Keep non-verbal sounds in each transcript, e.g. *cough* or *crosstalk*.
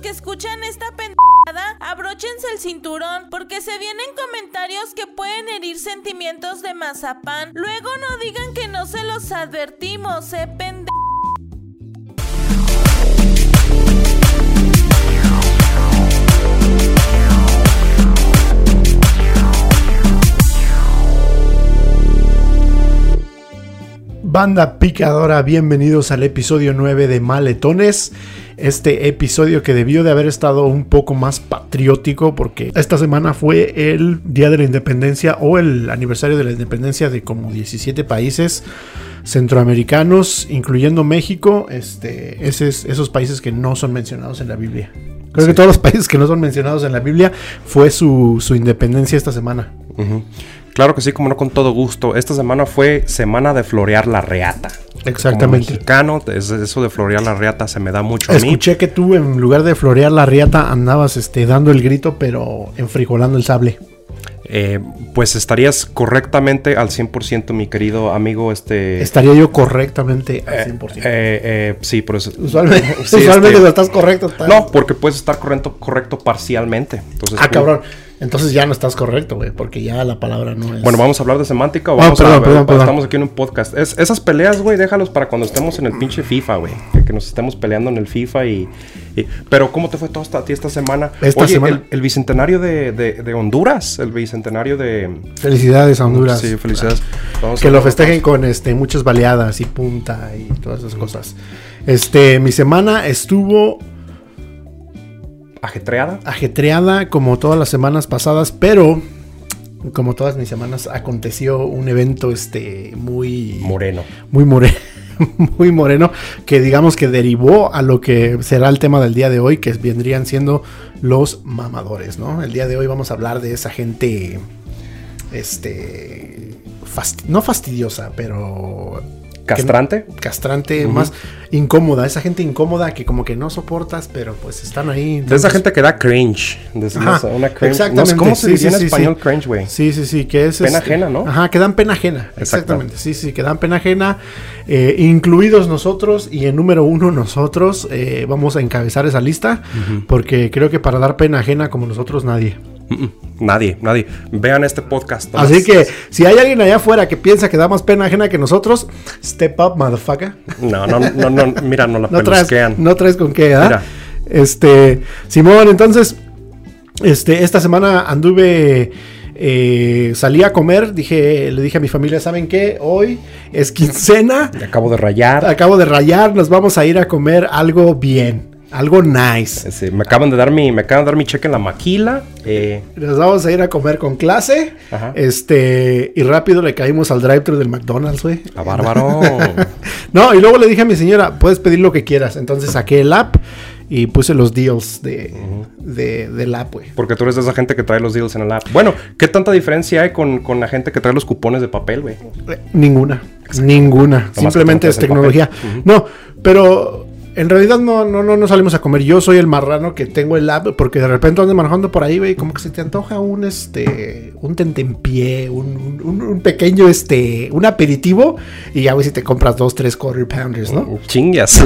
que escuchan esta pendejada, abróchense el cinturón porque se vienen comentarios que pueden herir sentimientos de mazapán. Luego no digan que no se los advertimos, eh, pende... Banda picadora, bienvenidos al episodio 9 de Maletones. Este episodio que debió de haber estado un poco más patriótico porque esta semana fue el Día de la Independencia o el aniversario de la independencia de como 17 países centroamericanos, incluyendo México, este, esos, esos países que no son mencionados en la Biblia. Creo que todos los países que no son mencionados en la Biblia fue su, su independencia esta semana. Ujú. Claro que sí, como no, con todo gusto. Esta semana fue semana de florear la reata. Exactamente. Como mexicano, es- eso de florear la reata se me da mucho a mí. Escuché que tú en lugar de florear la riata andabas este, dando el grito pero enfrijolando el sable. Eh, pues estarías correctamente al 100%, mi querido amigo. Este, Estaría yo correctamente al eh, 100%. eh, sí, por eso. usualmente *laughs* Sí, usualmente este- cuando estás correcto. estás- No, porque puedes estar correcto, correcto parcialmente. Entonces, ah, tú- cabrón. Entonces ya no estás correcto, güey, porque ya la palabra no es... Bueno, vamos a hablar de semántica o Ah, vamos a perdón, ver, perdón, perdón. estamos aquí en un podcast. Es- esas peleas, güey, déjalos para cuando estemos en el pinche FIFA, güey. Que, que nos estemos peleando en el FIFA y, y- pero ¿cómo te fue toda esta, a ti esta semana? Esta Oye, semana. El, el bicentenario de, de- de Honduras, el bicentenario de Felicidades a Honduras. Sí, felicidades. Vamos Que a- lo festejen con este, muchas baleadas y punta y todas esas cosas. Este, mi semana estuvo ajetreada. ajetreada como todas las semanas pasadas, pero como todas mis semanas aconteció un evento este muy Moreno. muy moreno, *laughs* muy moreno, que digamos que derivó a lo que será el tema del día de hoy, que vendrían siendo los mamadores, ¿no? El día de hoy vamos a hablar de esa gente, este, fasti- no fastidiosa, pero Castrante. castrante, más incómoda, esa gente incómoda que como que no soportas, pero pues están ahí. De esa entonces- gente que da cringe. Decimos, Ajá, una cringe. No sé Exactamente. cómo se sí, diría sí, en sí, español sí. cringe, güey. Sí, sí, sí, que es... Pena este- ajena, ¿no? Ajá, que dan pena ajena. Exactamente, sí, sí, que dan pena ajena. eh, incluidos nosotros y en número uno nosotros eh, vamos a encabezar esa lista porque creo que para dar pena ajena como nosotros nadie. Mm, mm. Nadie, nadie. Vean este podcast. nomás. Así que si hay alguien allá afuera que piensa que da más pena ajena que nosotros, step up, motherfucker. No, no, no, no. Mira, no la no traes, pelusquean. no traes con qué, ¿verdad? Mira. Este, Simón, entonces, este, esta semana anduve, eh, salí a comer, dije, le dije a mi familia, ¿saben qué? Hoy es quincena, *laughs* Le Acabo de rayar. acabo de rayar, nos vamos a ir a comer algo bien, algo nice. Sí, Este, me acaban de dar mi, me acaban de dar mi cheque en la maquila. eh, Nos vamos a ir a comer con clase, Ajá. este, y rápido le caímos al drive-thru del McDonald's, güey. a bárbaro. *laughs* No, y luego le dije a mi señora, puedes pedir lo que quieras. Entonces saqué el app y puse los deals de, de- del app, güey. Porque tú eres de esa gente que trae los deals en el app. Bueno, ¿qué tanta diferencia hay con, con la gente que trae los cupones de papel, güey? Eh, Ninguna, ninguna. que Simplemente no es traes el tecnología. No, pero en realidad no, no, no, no salimos a comer. Yo soy el marrano que tengo el app porque de repente ando manejando por ahí, güey. Como que se te antoja un, este, un tentempié, un, un- un pequeño, este, un aperitivo. Y ya, güey, si te compras dos, tres quarter pounders, ¿no? *laughs* Chingas.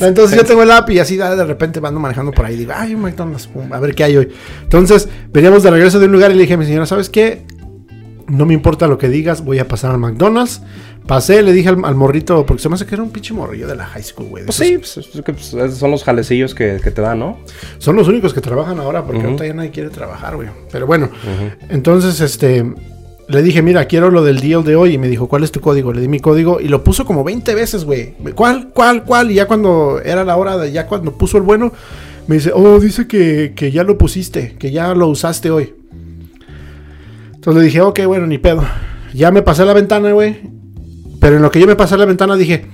Entonces yo tengo el app y así ah, de repente ando manejando por ahí. Digo, ay, un McDonald's, pum, a ver qué hay hoy. Entonces veníamos de regreso de un lugar y le dije a mi señora, ¿sabes qué? No me importa lo que digas, voy a pasar al McDonald's. Pasé, le dije al, al morrito, porque se me hace que era un pinche morrillo de la high school, güey. de *laughs* Pues esos- sí, pues, es que, pues, esos son los jalecillos que, que te dan, ¿no? Son los únicos que trabajan ahora, porque ahorita ya nadie quiere trabajar, güey. Pero bueno, entonces este. Le dije, mira, quiero lo del deal de hoy. Y me dijo, ¿cuál es tu código? Le di mi código y lo puso como 20 veces, güey. ¿Cuál, cuál, cuál? Y ya cuando era la hora, de, ya cuando puso el bueno, me dice, oh, dice que, que ya lo pusiste, que ya lo usaste hoy. Entonces le dije, ok, bueno, ni pedo. Ya me pasé la ventana, güey. Pero en lo que yo me pasé la ventana dije,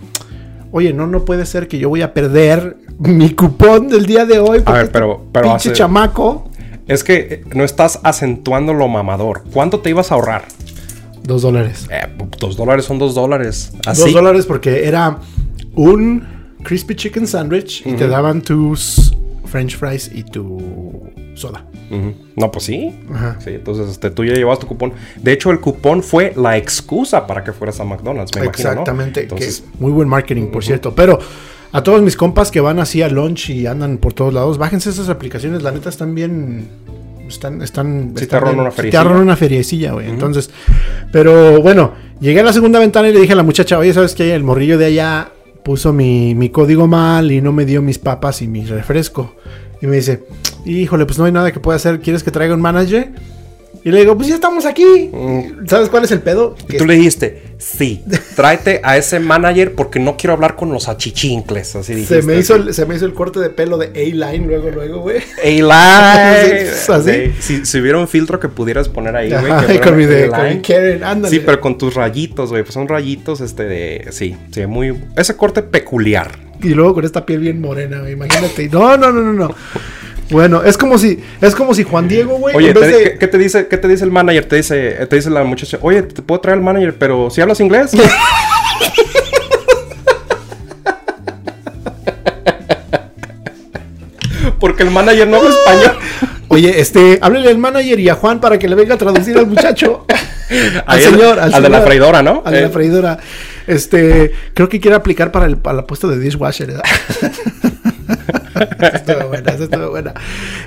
oye, no, no puede ser que yo voy a perder mi cupón del día de hoy. porque este ver, pero- pero pinche hace- chamaco, Es que eh, no estás acentuando lo mamador. ¿Cuánto te ibas a ahorrar? dos dólares. Eh, dos dólares son dos dólares. Así. Dos dólares porque era un crispy chicken sandwich y te daban tus french fries y tu soda. Ujú. No, pues sí. Ajá. Sí, entonces este, tú ya llevabas tu cupón. De hecho, el cupón fue la excusa para que fueras a McDonald's, me imagino, ¿no? Exactamente, que Entonces, es muy buen marketing, por cierto. Pero A todos mis compas que van así a lunch y andan por todos lados, bájense esas aplicaciones, la neta están bien. Están, están, Sí te están ahorran bien- una sí te feriecilla. ahorran una feriecilla, güey. Entonces, pero bueno, llegué a la segunda ventana y le dije a la muchacha, oye, ¿sabes qué? El morrillo de allá puso mi, mi código mal y no me dio mis papas y mi refresco. Y me dice, híjole, pues no hay nada que pueda hacer, ¿quieres que traiga un manager? Y le digo, pues ya estamos aquí. ¿Sabes cuál es el pedo? Mm. Y tú le dijiste, sí, tráete a ese manager porque no quiero hablar con los achichincles. Así dijiste. se, me hizo *laughs* el, se me hizo el corte de pelo de A-Line luego, luego, güey. *laughs* Ey, line. Sí, así. Güey, Si, si hubiera un filtro que pudieras poner ahí, güey. Ajá, que y con fuera mi de- ey, con mi line. Karen, ándale. Sí, pero con tus rayitos, güey. Pues son rayitos, este, de. Sí, sí, muy. Ese corte peculiar. Y luego con esta piel bien morena, güey, imagínate. No, no, no, no, no. Bueno, es como si, es como si Juan Diego, güey, Oye, en vez te- de- ¿qué, qué te dice, ¿qué te dice el manager? Te dice, eh, te dice la muchacha, oye, te puedo traer al manager, pero si hablas inglés. *laughs* Porque el manager no habla español. Oye, este, háblele al manager y a Juan para que le venga a traducir al muchacho. al *laughs* Ahí el- señor, al al de la señor. freidora, ¿no? Al de la Eh. freidora. Este, creo que quiere aplicar para, el, para la puesta de dishwasher, ¿verdad? *laughs* Esa estuvo buena, esa estuvo buena.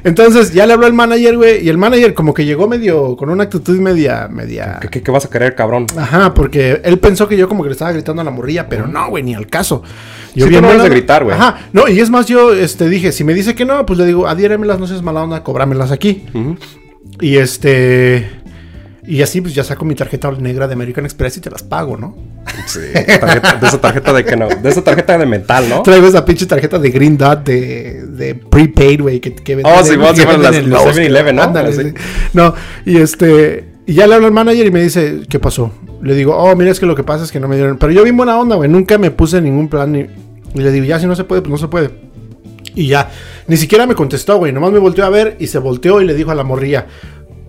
Entonces, ya le habló al manager, güey, y el manager como que llegó medio, con una actitud media, media... ¿Qué, qué- qué vas a querer, cabrón? Ajá, porque él pensó que yo como que le estaba gritando a la morrilla, pero no, güey, ni al caso. Yo Sí, bien tú no eres mala- de gritar, güey. Ajá, no, y es más, yo este, dije, si me dice que no, pues le digo, adhiéremelas, no seas mala onda, cobrámelas aquí. Y este. Y así, pues ya saco mi tarjeta negra de American Express y te las pago, ¿no? Sí, tarjeta- de esa tarjeta de que no, de esa tarjeta de metal, ¿no? Traigo esa pinche tarjeta de Green Dot de, de prepaid, güey, que, que venden Oh, sí, en- bueno, que sí, bueno, venden las- en los Lowe's, 7-Eleven, ¿no? ándale, Así. sí. No, y este. Y ya le hablo al manager y me dice, ¿qué pasó? Le digo, oh, mira, es que lo que pasa es que no me dieron. Pero yo bien buena onda, güey, nunca me puse ningún plan. ni- Y le digo, ya, si no se puede, pues no se puede. Y ya, ni siquiera me contestó, güey, nomás me volteó a ver y se volteó y le dijo a la morrilla,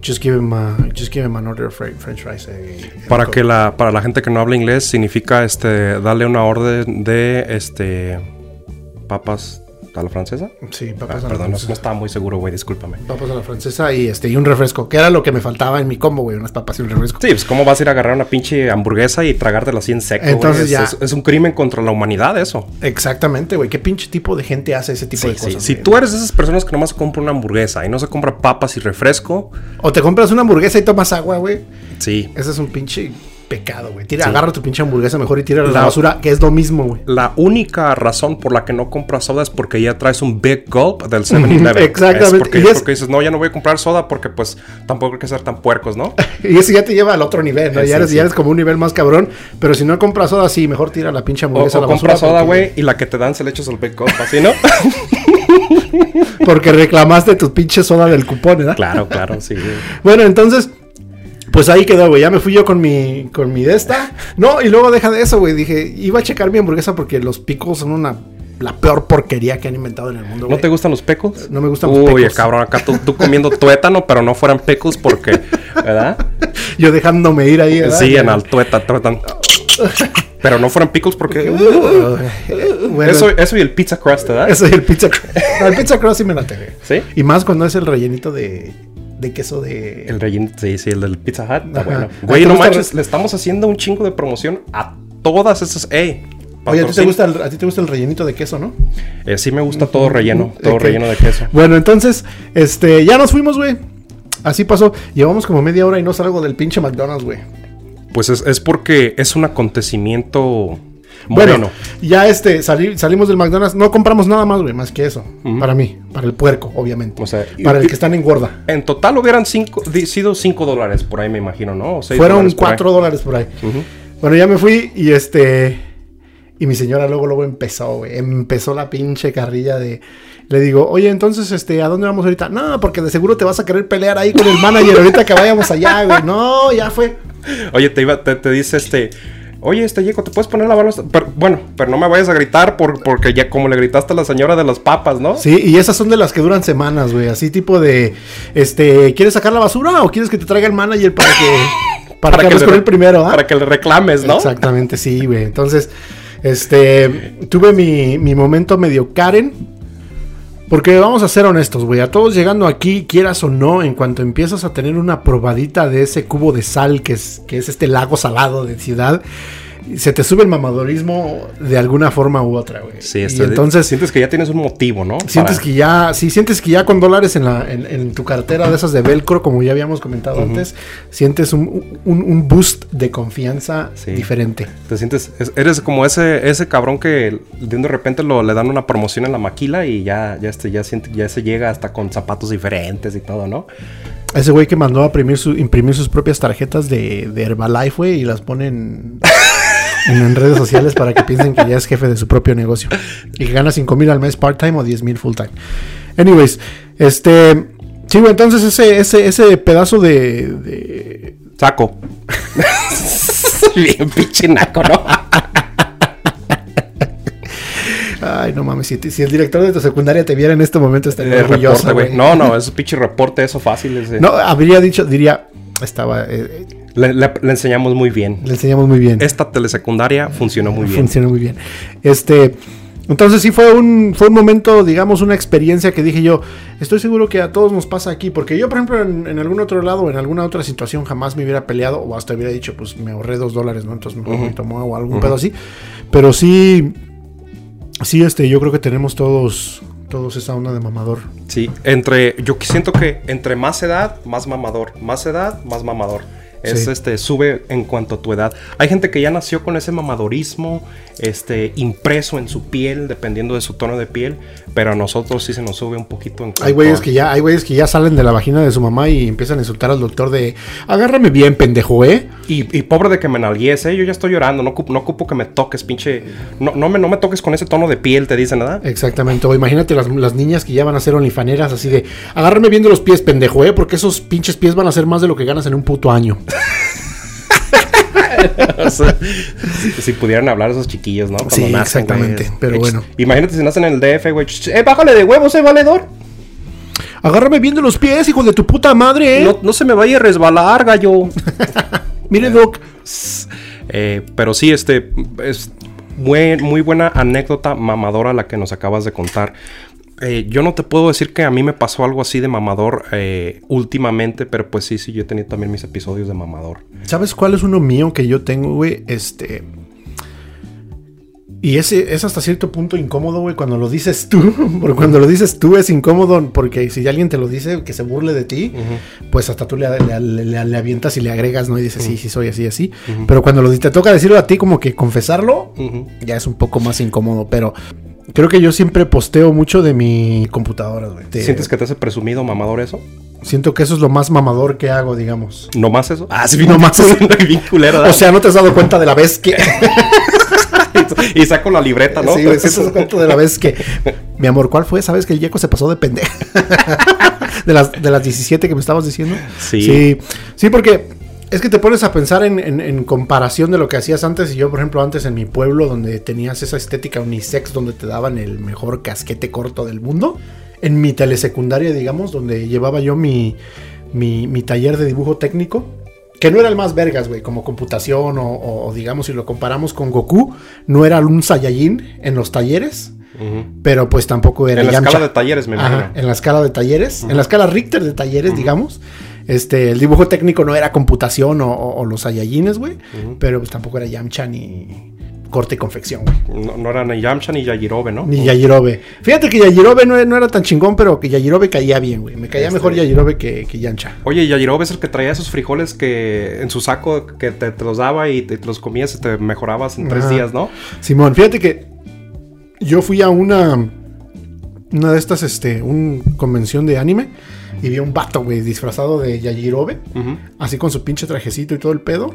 just give him, a, just give him an order of fre- french fries. eh, and Para Coke". que la, para la gente que no habla inglés, significa este darle una orden de este papas a la francesa. Sí, Ah, papas a la perdón, no, francesa. no estaba muy seguro, güey, discúlpame. Papas a la francesa y este y un refresco, que era lo que me faltaba en mi combo, güey, unas papas y un refresco. Sí, pues cómo vas a ir a agarrar una pinche hamburguesa y tragártela así en seco. güey? Entonces Es- ya. es, es un crimen contra la humanidad eso. Exactamente, güey, qué pinche tipo de gente hace ese tipo de Sí, cosas. Si güey? tú eres de esas personas que nomás compra una hamburguesa y no se compra papas y refresco, o te compras una hamburguesa y tomas agua, güey, sí. ese es un pinche pecado, güey. Tira, agarra tu pinche hamburguesa mejor y tira a la La- basura, que es lo mismo, güey. *laughs* La única razón por la que no compras soda es porque ya traes un big gulp *laughs* del 7-Eleven. Exactamente, Es porque, y es- porque dices, no, ya no voy a comprar soda porque pues tampoco hay que ser tan puercos, ¿no? Y eso ya te lleva al otro nivel, ¿no? Sí, ya, eres, sí. ya eres como un nivel más cabrón, pero si no compras soda, sí, mejor tira la pinche O, hamburguesa a o la basura. compras soda, porque- güey, y la que te dan se le echas el big gulp, así, ¿no? *laughs* Porque reclamaste tu pinche soda del cupón, ¿verdad? claro, claro, sí. güey. Bueno, entonces, pues ahí quedó, güey. Ya me fui yo con mi, con mi de esta. No, y luego deja de eso, güey. Dije, iba a checar mi hamburguesa porque los picos son una, la peor porquería que han inventado en el mundo, ¿No güey. te gustan los pecos? No me gustan los los pickles. Uy, cabrón, acá tú, tú comiendo tuétano, pero no fueran pecos porque, ¿verdad? Yo dejándome ir ahí, ¿verdad? Sí, en al tueta, tuetan. Pero no fueran picos porque. Eh, uh, uh, Bueno, Eso, eso, eso y el pizza crust, ¿verdad? y el pizza crust. No, el pizza crust sí me la güey. ¿Sí? Y más cuando es el rellenito de, de queso de... El relleno, sí, sí, el del Pizza Hut. Está Ajá. bueno. ¿A ti Güey, te no gusta manches, el- le estamos haciendo un chingo de promoción a todas esas. ¡Ey! Oye, ¿a ti, te patrocin- gusta el, a ti te gusta el rellenito de queso, ¿no? Eh, sí, me gusta todo relleno, todo Ok. relleno de queso. Bueno, entonces, este, ya nos fuimos, güey. Así pasó. Llevamos como media hora y no salgo del pinche McDonald's, güey. Pues es, es porque es un acontecimiento. Bueno, Bueno, ya este, sali- salimos del McDonald's, no compramos nada más, güey, más que eso. Para mí, para el puerco, obviamente. O sea, y- para el y- que están en gorda. En total hubieran cinco, di- sido 5 dólares por ahí, me imagino, ¿no? O seis Fueron dólares por ahí. 4 dólares por ahí. Ujú. Bueno, ya me fui y este. Y mi señora luego, luego empezó, güey. Empezó la pinche carrilla de. Le digo, oye, entonces, este, ¿a dónde vamos ahorita? No, porque de seguro te vas a querer pelear ahí con el manager ahorita que vayamos allá, güey. No, ya fue. Oye, te, iba, te, te dice este. Oye, este Yeco, ¿te puedes poner la balonza? Pero, bueno, pero no me vayas a gritar por, porque ya como le gritaste a la señora de las papas, ¿no? Sí, y esas son de las que duran semanas, güey. Así tipo de, este, ¿quieres sacar la basura o quieres que te traiga el manager para *laughs* que, para, que hables le con re- él primero, ah? Para que le reclames, ¿no? Exactamente, sí, güey. Entonces, este, tuve mi, mi momento medio Karen. Porque vamos a ser honestos, güey. A todos llegando aquí, quieras o no, en cuanto empiezas a tener una probadita de ese cubo de sal que es, que es este lago salado de ciudad, se te sube el mamadorismo de alguna forma u otra, güey. Sí, Y estoy- entonces sientes que ya tienes un motivo, ¿no? sientes Para- que ya, sí, sientes que ya con dólares en, la, en, en tu cartera de esas de velcro, como ya habíamos comentado antes, sientes un, un, un boost de confianza Sí. diferente. Te sientes, es- eres como ese, ese cabrón que de de repente lo, le dan una promoción en la maquila y ya, ya, este, ya, siente, ya se llega hasta con zapatos diferentes y todo, ¿no? Ese güey que mandó a imprimir, su- imprimir sus propias tarjetas de, de Herbalife, güey, y las pone en, en- en redes sociales para que piensen que ya es jefe de su propio negocio. Y que gana 5 mil al mes part-time o 10 mil full-time. Anyways, este... Sí, güey, entonces ese, ese, ese pedazo de- de, Saco. *laughs* Bien pinche naco, *laughs* ¿no? Ay, no mames, si, te- si el director de tu secundaria te viera en este momento estaría El orgulloso, Eh, reporte, güey. güey. No, no, es un pinche reporte, eso fácil. ese. No, habría dicho, diría, estaba, eh, eh, Le, le- le enseñamos muy bien. le enseñamos muy bien, Esta telesecundaria funcionó muy bien. funcionó muy bien. Este, entonces sí fue un, fue un momento, digamos, una experiencia que dije yo, estoy seguro que a todos nos pasa aquí, porque yo, por ejemplo, en, en algún otro lado, en alguna otra situación jamás me hubiera peleado o hasta hubiera dicho, pues me ahorré dos dólares, ¿no? Entonces mejor me tomó o algún pedo así. Pero sí, sí, este, yo creo que tenemos todos, todos esa onda de mamador. Sí, entre. Yo que siento que entre más edad, más mamador. Más edad, más mamador. Es Sí. este, sube en cuanto a tu edad. Hay gente que ya nació con ese mamadorismo, este, impreso en su piel, dependiendo de su tono de piel. Pero a nosotros sí se nos sube un poquito en cuanto Hay güeyes a- que ya, hay güeyes que ya salen de la vagina de su mamá y empiezan a insultar al doctor de agárrame bien, pendejo, eh. Y, y pobre de que me nalguiese, ¿eh? yo ya estoy llorando, no ocupo, no ocupo que me toques, pinche. No, no, me, no me toques con ese tono de piel, te dicen, ¿verdad? Eh. Exactamente. O imagínate las, las niñas que ya van a ser olifaneras así de agárrame bien de los pies, pendejo, eh, porque esos pinches pies van a ser más de lo que ganas en un puto año. *laughs* O sea, si, si pudieran hablar esos chiquillos, ¿no? Cuando Sí, nacen, güey. exactamente, pero Ech, bueno. Imagínate si nacen en el DF, güey. ch- ¡Eh, bájale de huevos, eh, valedor! *laughs* Agárrame bien de los pies, hijo de tu puta madre, eh. No, no se me vaya a *laughs* resbalar, gallo. Mire, Doc. Eh, pero sí, este es buen- muy buena anécdota mamadora la que nos acabas de contar. Eh, yo no te puedo decir que a mí me pasó algo así de mamador eh, últimamente, pero pues sí, sí, yo he tenido también mis episodios de mamador. ¿Sabes cuál es uno mío que yo tengo, güey? Este. Y ese es hasta cierto punto incómodo, güey, cuando lo dices tú. *laughs* Porque cuando lo dices tú es incómodo, porque si alguien te lo dice, que se burle de ti, pues hasta tú le, le- le- le- le avientas y le agregas, ¿no? Y dices, sí, sí, soy así, así. Pero cuando lo, di- te toca decirlo a ti, como que confesarlo, Ujú. ya es un poco más incómodo. Pero creo que yo siempre posteo mucho de mi computadora, güey. Te- ¿Sientes que te hace presumido mamador eso? Siento que eso es lo más mamador que hago, digamos. ¿No más eso? *laughs* Ah, sí, No no más *laughs* más eso. bien culero, ¿verdad? O sea, ¿no te has dado cuenta de la vez *laughs* que... y saco la libreta, ¿no? Sí, güey, sí te das cuenta de la vez que. Mi amor, ¿cuál fue? ¿Sabes que el Yeco se pasó de pendejo? *laughs* de, las, de las 17 que me estabas diciendo. Sí. Sí, sí, porque es que te pones a pensar en, en- en comparación de lo que hacías antes. Y yo, por ejemplo, antes en mi pueblo, donde tenías esa estética unisex, donde te daban el mejor casquete corto del mundo. En mi telesecundaria, digamos, donde llevaba yo mi, mi, mi taller de dibujo técnico. Que no era el más vergas, güey, como computación o, o- o digamos, si lo comparamos con Goku, no era un Saiyajin en los talleres, Ujú. pero pues tampoco era En la escala Yamcha. de talleres, Pues me Ajá, imagino. en la escala de talleres, en la escala Richter de talleres, digamos. Este, el dibujo técnico no era computación o, o- o los Saiyajines, güey, pero pues tampoco era Yamcha ni corte y confección, güey. No, no era ni Yamcha ni Yajirobe, ¿no? Ni Yajirobe. Fíjate que Yajirobe no, e- no era tan chingón, pero que Yajirobe caía bien, güey. Me caía Este- mejor Yajirobe que, que Yamcha. Oye, Yajirobe es el que traía esos frijoles que en su saco que te, te los daba y te, te los comías y te mejorabas en tres Ajá. días, ¿no? Simón, fíjate que yo fui a una una de estas este un convención de anime y vi a un vato, güey, disfrazado de Yajirobe, Ujú. así con su pinche trajecito y todo el pedo.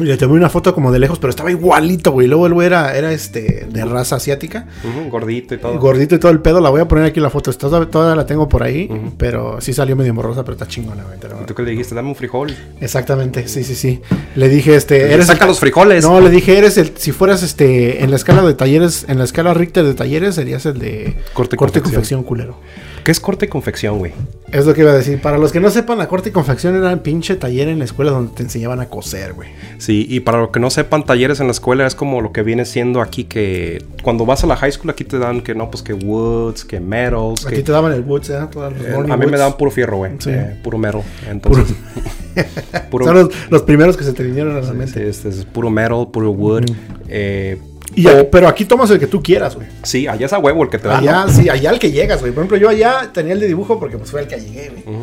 Y le tomé una foto como de lejos, pero estaba igualito, güey. Luego el güey era, era este de raza asiática, Ujú, Gordito y todo. gordito y todo el pedo. La voy a poner aquí la foto. Está- todavía la tengo por ahí, pero sí salió medio morrosa, pero está chingona, güey. te la- ¿Tú qué le dijiste? Dame un frijol. Exactamente, sí, sí, sí. Le dije, este, eres Saca los frijoles. no, le dije, eres el, si fueras este, en la escala de talleres, en la escala Richter de talleres, serías el de Corte y corte y confección confección. culero. ¿Qué es corte y confección, güey? Es lo que iba a decir. Para los que no sepan, la corte y confección era un pinche taller en la escuela donde te enseñaban a coser, güey. Sí, y para los que no sepan, talleres en la escuela es como lo que viene siendo aquí que cuando vas a la high school aquí te dan que no, pues que woods, que metals. Aquí que- te daban el Woods, ¿eh? Todas las eh, Morning a mí me Woods. daban puro fierro, güey. Sí. eh, puro metal. Entonces, *laughs* *laughs* puro, Son los, los primeros que se te vinieron a la sí, mente. este es puro metal, puro wood. eh, Y aquí- pero aquí tomas el que tú quieras, güey. sí, allá es a huevo el que te dan. ¿no? Allá, sí, allá al que llegas, güey. Por ejemplo, yo allá tenía el de dibujo porque pues fue al que llegué, güey.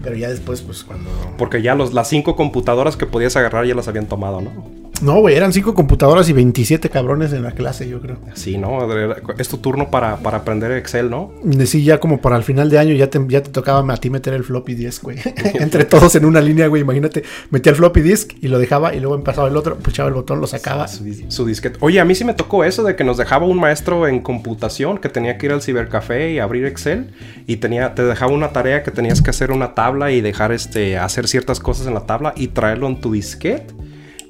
Pero ya después, pues cuando... Porque ya los, las cinco computadoras que podías agarrar ya las habían tomado, ¿no? No, güey, eran cinco computadoras y 27 cabrones en la clase, yo creo. Sí, ¿no? Era- Es tu turno para, para aprender Excel, ¿no? Y Sí, ya como para el final de año ya te, ya te tocaba a ti meter el floppy disk, güey. *laughs* Entre todos en una línea, güey. Imagínate, metía el floppy disk y lo dejaba y luego empezaba el otro, puchaba el botón, lo sacaba. Su, dis- su disquete. Oye, a mí sí me tocó eso de que nos dejaba un maestro en computación que tenía que ir al cibercafé y abrir Excel y tenía, te dejaba una tarea que tenías que hacer una tabla y dejar este, hacer ciertas cosas en la tabla y traerlo en tu disquete.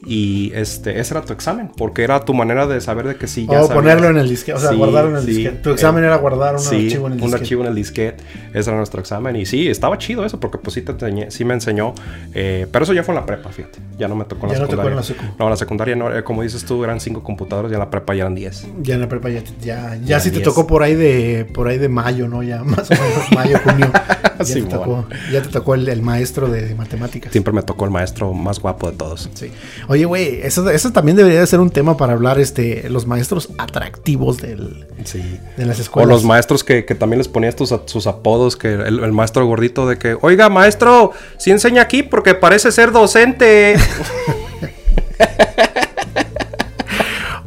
Y este, ese era tu examen, porque era tu manera de saber de que sí ya o sabías. ponerlo en el disquete, o sea, Sí, guardarlo en el sí, disquete. Tu eh, examen era guardar un sí, archivo en el un disquete. archivo en el disquete. Ese era nuestro examen. Y sí, estaba chido eso porque pues sí, te enseñé- sí me enseñó. eh, pero eso ya fue en la prepa, fíjate. Ya no me tocó en la Ya no te tocó secundaria. en la secu. No, en la secundaria no. eh, Como dices tú, eran cinco computadores y en la prepa ya eran diez. Ya en la prepa ya, te- ya, ya, Ya sí te diez. tocó por ahí de por ahí de mayo, ¿no? Ya *laughs* más o menos mayo, *laughs* junio. Ya, te, Simón. tocó, ya te tocó el, el maestro de, de matemáticas. Siempre me tocó el maestro más guapo de todos. Sí. Oye, güey, eso, eso también debería de ser un tema para hablar este los maestros atractivos del, Sí. de las O escuelas. los maestros que, que también les ponías tus, sus apodos, que el, el maestro gordito de que, oiga, maestro, sí enseña aquí porque parece ser docente. *laughs*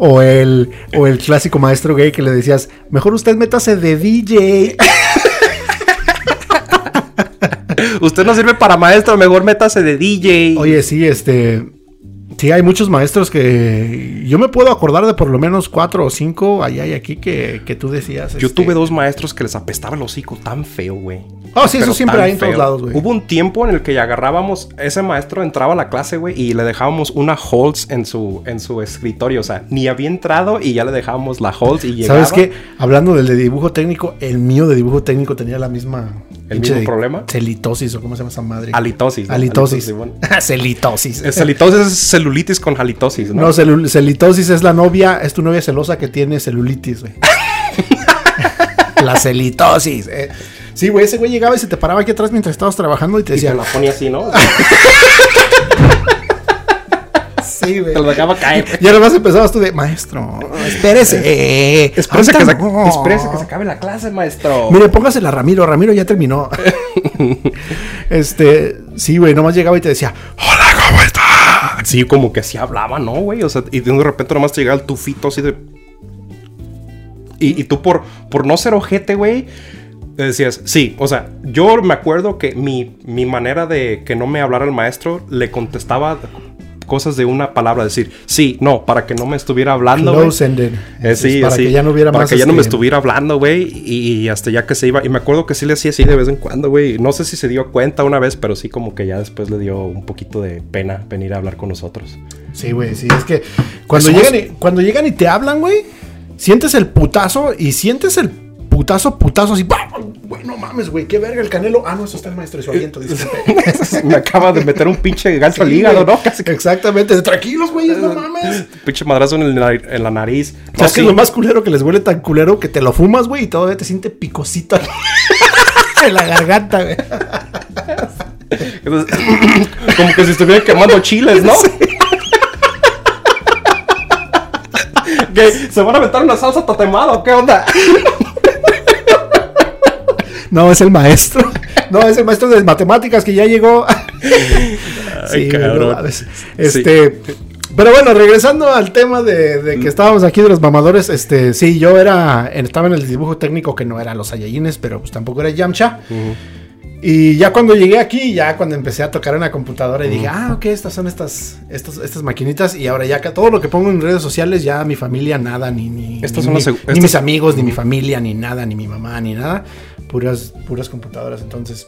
O el, o el clásico maestro gay que le decías, mejor usted métase de *laughs* DJ. Usted no sirve para maestro, mejor métase de DJ. Oye, sí, este. Sí, hay muchos maestros que. Yo me puedo acordar de por lo menos cuatro o cinco allá y aquí que, que tú decías. Yo este, tuve dos maestros que les apestaba el hocico tan feo, güey. Ah, sí, eso Pero siempre tan hay en todos lados, güey. Hubo un tiempo en el que agarrábamos, ese maestro entraba a la clase, güey, y le dejábamos una Holtz en su, en su escritorio. O sea, ni había entrado y ya le dejábamos la Holtz y llegaba. ¿Sabes qué? Hablando del de dibujo técnico, el mío de dibujo técnico tenía la misma. ¿El pinche mismo de- problema? Celitosis o cómo se llama esa madre. Halitosis. ¿no? Halitosis. bueno. *laughs* celitosis. Es Halitosis es celulitis con halitosis, ¿no? No, celu- celitosis es la novia, es tu novia celosa que tiene celulitis, *laughs* güey. la celitosis. eh. Sí, güey, ese güey llegaba y se te paraba aquí atrás mientras estabas trabajando y te Y decía, te la ponía así, ¿no? *laughs* sí, güey. te la dejaba caer. Y ahora más empezabas tú de, maestro, espérese. *laughs* eh, Espérese que, se, ahorita no". espérese que se acabe la clase, maestro. Mire, póngasela a Ramiro, Ramiro ya *laughs* terminó. este, sí, güey, nomás llegaba y te decía, hola, ¿cómo está? *laughs* Sí, como que así hablaba, ¿no, güey? O sea, y de repente nomás te llegaba el tufito así de. Y, y tú por, por no ser ojete, güey, le decías, sí, o sea, yo me acuerdo que mi, mi manera de que no me hablara el maestro, le contestaba cosas de una palabra, decir, sí, no, para que no me estuviera hablando. güey. Close-ended. Eh, sí, Para así, que ya no hubiera para más, que ya no me este, estuviera hablando, güey. Y, y hasta ya que se iba. Y me acuerdo que sí le hacía así de vez en cuando, güey. No sé si se dio cuenta una vez, pero sí como que ya después le dio un poquito de pena venir a hablar *laughs* con nosotros. Sí, güey, sí, es que cuando Somos- llegan, y, cuando llegan y te hablan, güey, sientes el putazo y sientes el putazo, putazo así. ¡pam! Güey, no mames, güey, qué verga el canelo. Ah, no, eso está el maestro y su Eh, aliento, *laughs* disculpe. me acaba de meter un pinche gancho al Sí, hígado, güey, ¿no? Casi que Exactamente, tranquilos, güey, no mames. pinche madrazo en, el nar- en la O nariz. sea, No, es que sí. es lo más culero que les huele tan culero que te lo fumas, güey, y todavía te siente picosito *laughs* en la garganta, güey. Entonces, *coughs* como que si estuviera quemando chiles, ¿no? *laughs* Que ¿Se van a aventar una salsa tatemada o qué onda? No, es el maestro. No, es el maestro de matemáticas que ya llegó. sí, cabrón. no mames. Este. Pero bueno, regresando al tema de, de que estábamos aquí de los mamadores, este, sí, yo era, estaba en el dibujo técnico que no era los Saiyajines, pero pues tampoco era Yamcha. Y ya cuando llegué aquí, ya cuando empecé a tocar en la computadora y dije, ah, ok, estas son estas, estas, estas maquinitas. Y ahora ya acá todo lo que pongo en redes sociales, ya mi familia nada, ni, ni, ni Estas son las mi- seg- ni estas- mis amigos, ni mi familia, ni nada, ni mi mamá, ni nada. Puras, puras computadoras. Entonces,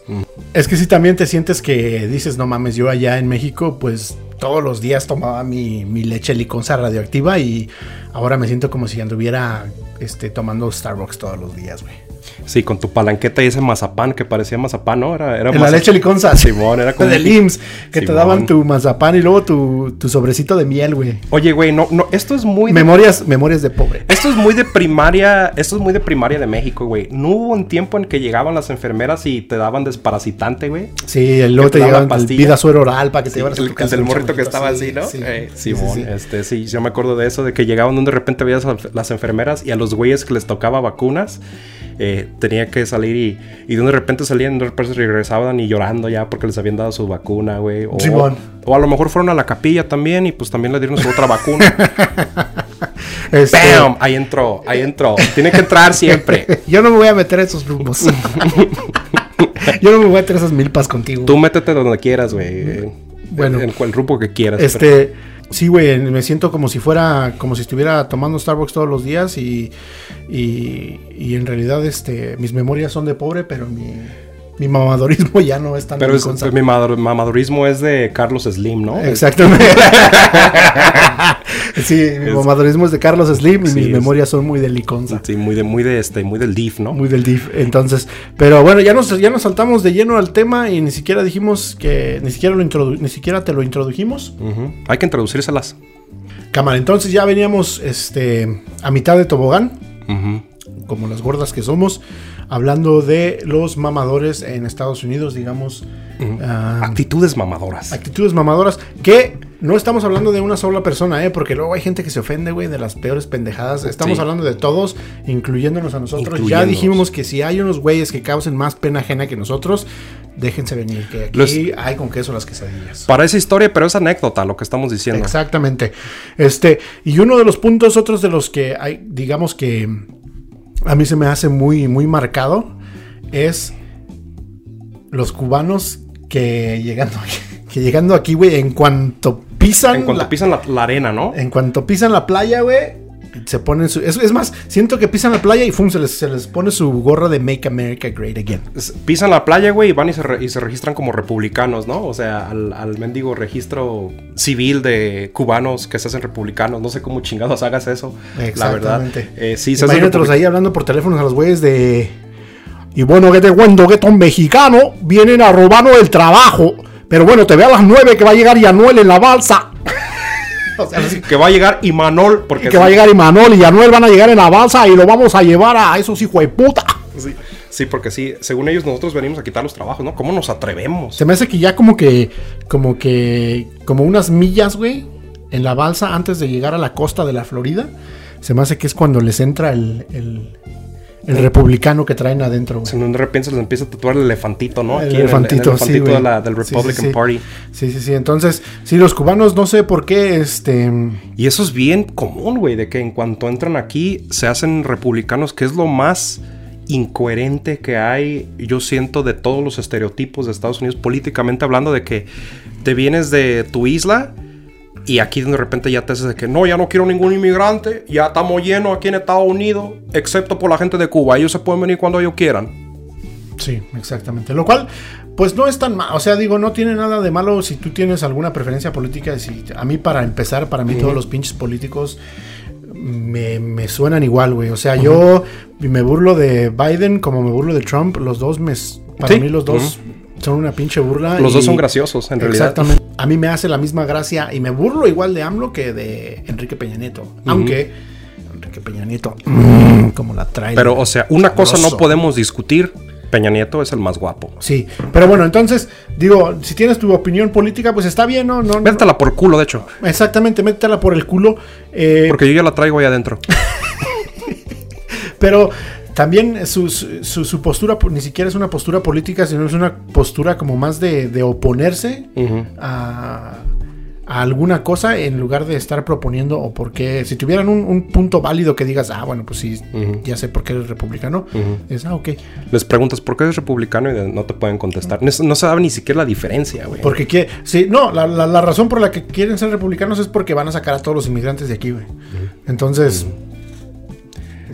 Es que si también te sientes que dices, no mames, yo allá en México, pues todos los días tomaba mi, mi leche liconza radioactiva y ahora me siento como si anduviera este, tomando Starbucks todos los días, güey. Sí, con tu palanqueta y ese mazapán que parecía mazapán, ¿no? Era, era En la mazapán. leche liconza. *laughs* Simón, era como. del IMSS, que te Simón. daban tu mazapán y luego tu, tu sobrecito de miel, güey. Oye, güey, no, no, esto es muy. de- Memorias, memorias de pobre. Esto es muy de primaria, esto es muy de primaria de México, güey. No hubo un tiempo en que llegaban las enfermeras y te daban desparasitante, güey. Sí, el luego te te daban llevaban el pastilla. vida suero oral para que te Sí, llevaras a el, tu el casa del un morrito que chorrito, estaba sí, así, ¿no? sí, Eh, sí, sí, Simón, sí. este, sí, yo me acuerdo de eso, de que llegaban donde de repente veías a las enfermeras y a los güeyes que les tocaba vacunas, eh, tenía que salir y, y de un de repente salían y de repente regresaban y llorando ya porque les habían dado su vacuna, güey. O, Simón. o a lo mejor fueron a la capilla también y pues también le dieron su *laughs* otra vacuna. Este, ¡Bam! Ahí entró, ahí entró. Tiene que entrar siempre. *laughs* Yo no me voy a meter a esos rumbos. *laughs* Yo no me voy a meter a esas milpas contigo. Tú métete donde quieras, güey. Bueno. En cual grupo que quieras. pero- Este, sí, güey, me siento como si fuera, como si estuviera tomando Starbucks todos los días y, y, y en realidad, este, mis memorias son de pobre, pero mi, mi mamadorismo *laughs* ya no es tan Pero es- liconza. mi madr- mamadurismo es de Carlos Slim, ¿no? Exactamente. *laughs* sí, mi Es- mamadorismo es de Carlos Slim y Sí, mis es- memorias son muy de liconza. Sí, muy, de, muy, de este, muy del DIF, ¿no? Muy del DIF. Entonces, pero bueno, ya nos, ya nos saltamos de lleno al tema y ni siquiera dijimos que, ni siquiera, lo introdu- ni siquiera te lo introdujimos. Ujú. Hay que introducírselas. Cámara, entonces ya veníamos este, a mitad de tobogán, Ujú. como las gordas que somos, hablando de los mamadores en Estados Unidos, digamos, ah, Actitudes mamadoras. actitudes mamadoras, que no estamos hablando de una sola persona, ¿eh? porque luego hay gente que se ofende, güey, de las peores pendejadas. Estamos Sí. hablando de todos, incluyéndonos a nosotros. Ya Incluyéndonos. dijimos que si hay unos güeyes que causen más pena ajena que nosotros, déjense venir, que aquí Los- hay con queso las quesadillas. Para esa historia, pero es anécdota lo que estamos diciendo. Exactamente. Este, y uno de los puntos, otros de los que hay, digamos que a mí se me hace muy, muy marcado, es los cubanos que llegando *laughs* aquí, que llegando aquí, güey, en cuanto pisan. En cuanto la, pisan la, la arena, ¿no? en cuanto pisan la playa, güey. Se ponen su. Es, es más, siento que pisan la playa y fum, se les, se les pone su gorra de Make America Great Again. S- Pisan la playa, güey, y van y se, re- y se registran como republicanos, ¿no? O sea, al, al mendigo registro civil de cubanos que se hacen republicanos. No sé cómo chingados hagas eso. La verdad. Exactamente. Eh, sí, se hacen Imagínatelos republicanos. ahí hablando por teléfonos a los güeyes de. Y bueno, que te cuento que estos mexicanos vienen a robarnos el trabajo. Pero bueno, te veo a las 9 que va a llegar Yanuel en la balsa. *laughs* o *laughs* sea, así Que va a llegar Imanol, porque que va a sí, llegar Imanol y Yanuel van a llegar en la balsa y lo vamos a llevar a esos hijos de puta. sí, sí, porque sí, según ellos nosotros venimos a quitar los trabajos, ¿no? ¿Cómo nos atrevemos? Se me hace que ya como que. Como que. Como unas millas, güey. En la balsa antes de llegar a la costa de la Florida. Se me hace que es cuando les entra el. el el republicano que traen adentro, güey. Si no, de repente se les empieza a tatuar el elefantito, ¿no? El Aquí en elefantito, el, sí, elefantito güey. de la- del Sí, sí, Republican sí. Party. Sí, sí, sí. Entonces, sí, los cubanos, no sé por qué, este. Y eso es bien común, güey, de que en cuanto entran aquí se hacen republicanos, que es lo más incoherente que hay, yo siento, de todos los estereotipos de Estados Unidos políticamente hablando, de que te vienes de tu isla y aquí de repente ya te haces de que no, ya no quiero ningún inmigrante, ya estamos llenos aquí en Estados Unidos, excepto por la gente de Cuba, ellos se pueden venir cuando ellos quieran. Sí, exactamente. Lo cual, pues no es tan malo. O sea, digo, no tiene nada de malo si tú tienes alguna preferencia política. Si, a mí, para empezar, para mí todos los pinches políticos me, me suenan igual, güey. O sea, yo me burlo de Biden como me burlo de Trump. Los dos me. s- Para Sí. mí, los dos son una pinche burla. Los dos y- son graciosos, en realidad. Exactamente. A mí me hace la misma gracia y me burlo igual de AMLO que de Enrique Peña Nieto. Aunque Enrique Peña Nieto, mm, como la trae. Pero, o sea, una cosa Sabroso. no podemos discutir, Peña Nieto es el más guapo. Sí, pero bueno, entonces, digo, si tienes tu opinión política, pues está bien, ¿no? no, no- Vértela por culo, de hecho. Exactamente, métela por el culo. eh, Porque yo ya la traigo *laughs* ahí adentro. Pero también su, su- su- su postura po- ni siquiera es una postura política, sino es una postura como más de, de oponerse a, a alguna cosa en lugar de estar proponiendo o porque si tuvieran un, un punto válido que digas, ah, bueno, pues sí, ya sé por qué eres republicano, es, ah, ok, Les preguntas por qué eres republicano y de- no te pueden contestar. No, no saben ni siquiera la diferencia, güey. porque quiere, sí, no, la, la- la razón por la que quieren ser republicanos es porque van a sacar a todos los inmigrantes de aquí, güey. Entonces...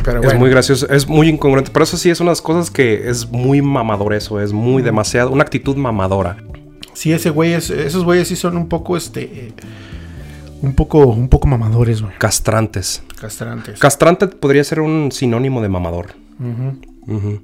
Pero bueno. Es muy gracioso, es muy incongruente. Pero eso sí es unas cosas que es muy mamador eso, es muy demasiado, una actitud mamadora. Sí, ese güey es, esos güeyes sí son un poco este. Eh, un poco, un poco mamadores, güey. Castrantes. Castrantes. Castrante podría ser un sinónimo de mamador. Uh -huh. Uh -huh.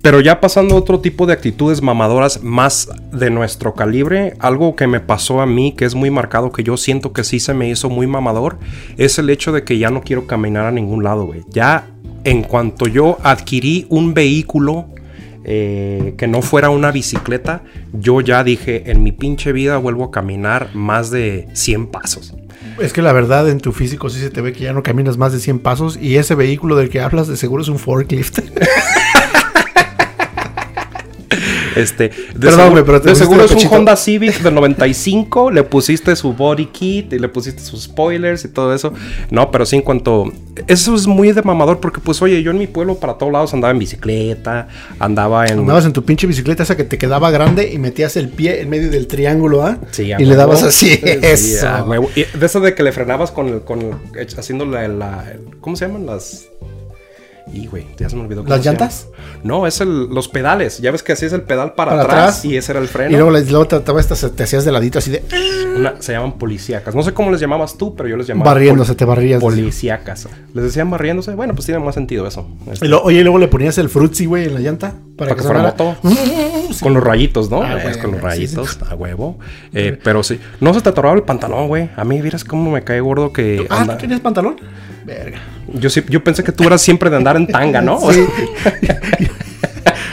Pero ya pasando a otro tipo de actitudes mamadoras más de nuestro calibre, algo que me pasó a mí que es muy marcado, que yo siento que sí se me hizo muy mamador, es el hecho de que ya no quiero caminar a ningún lado, güey. Ya en cuanto yo adquirí un vehículo eh, que no fuera una bicicleta, yo ya dije, en mi pinche vida vuelvo a caminar más de 100 pasos. Es que la verdad en tu físico sí se te ve que ya no caminas más de 100 pasos y ese vehículo del que hablas de seguro es un forklift. *laughs* Este, de Perdón, seguro, pero te de seguro es un Honda Civic del 95, le pusiste su body kit y le pusiste sus spoilers y todo eso. No, pero sí en cuanto eso es muy de mamador porque pues oye, yo en mi pueblo para todos lados andaba en bicicleta, andaba en Andabas en tu pinche bicicleta esa que te quedaba grande y metías el pie en medio del triángulo, ¿ah? ¿eh? Sí, y huevo. le dabas así. Sí, *laughs* eso. A huevo. Y de eso de que le frenabas con el, con el, haciendo la, la el, ¿cómo se llaman las y, güey, ya se me olvidó. ¿Las llantas? No, es el, los pedales. Ya ves que así es el pedal para, para atrás, atrás, y ese era el freno. Y luego, luego te, te, te, hacías de ladito así de. eh, Una, se llaman policíacas. No sé cómo les llamabas tú, pero yo les llamaba. Barriéndose, te barrías. Policíacas. Les decían barriéndose. Bueno, pues tiene más sentido eso. Este. Y lo, oye, y luego le ponías el frutzi, güey, en la llanta. Para, para que, que fuera moto. Sí. Con los rayitos, ¿no? Ah, güey, con los rayitos, sí, sí. a huevo. Eh, pero sí. No se te atoraba el pantalón, güey. A mí, vieras cómo me cae gordo que. *laughs* Ah, anda... ¿tú tenías pantalón? Verga. Yo, yo pensé que tú eras siempre de andar en tanga, ¿no? Sí.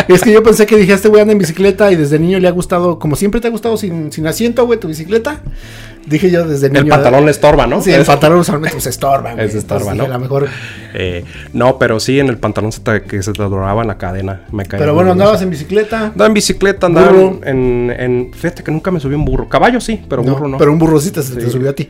es que yo pensé que dije, este güey anda en bicicleta y desde niño le ha gustado, como siempre te ha gustado sin, sin asiento, güey, tu bicicleta. Dije yo desde niño. *laughs* El pantalón ¿verdad? le estorba, ¿no? Sí, el pantalón usualmente se estorba, güey. Es estorba, Entonces, ¿no? Dije, a lo mejor. Eh, no, pero sí, en el pantalón se te, que se te adoraba en la cadena. Me Pero bueno, andabas en bicicleta. Andaba en bicicleta, andaba burro. en, en, Fíjate que nunca me subí un burro. Caballo sí, pero no, burro no. Pero un burro sí te, sí. te subió a ti.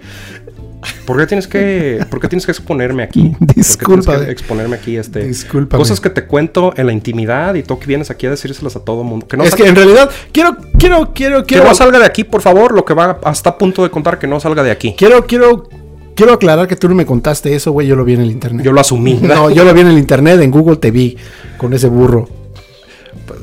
¿Por qué tienes que, ¿por qué tienes que exponerme aquí? Disculpa. Que exponerme aquí, este. Disculpa. Cosas que te cuento en la intimidad y tú que vienes aquí a decírselas a todo mundo. Que no es que en realidad quiero, quiero, quiero, quiero. Que no salga de aquí, por favor. Lo que va hasta a punto de contar que no salga de aquí. Quiero, quiero, quiero aclarar que tú no me contaste eso, güey. Yo lo vi en el internet. *laughs* Yo lo asumí. no, yo lo vi en el internet, en Google te vi con ese burro.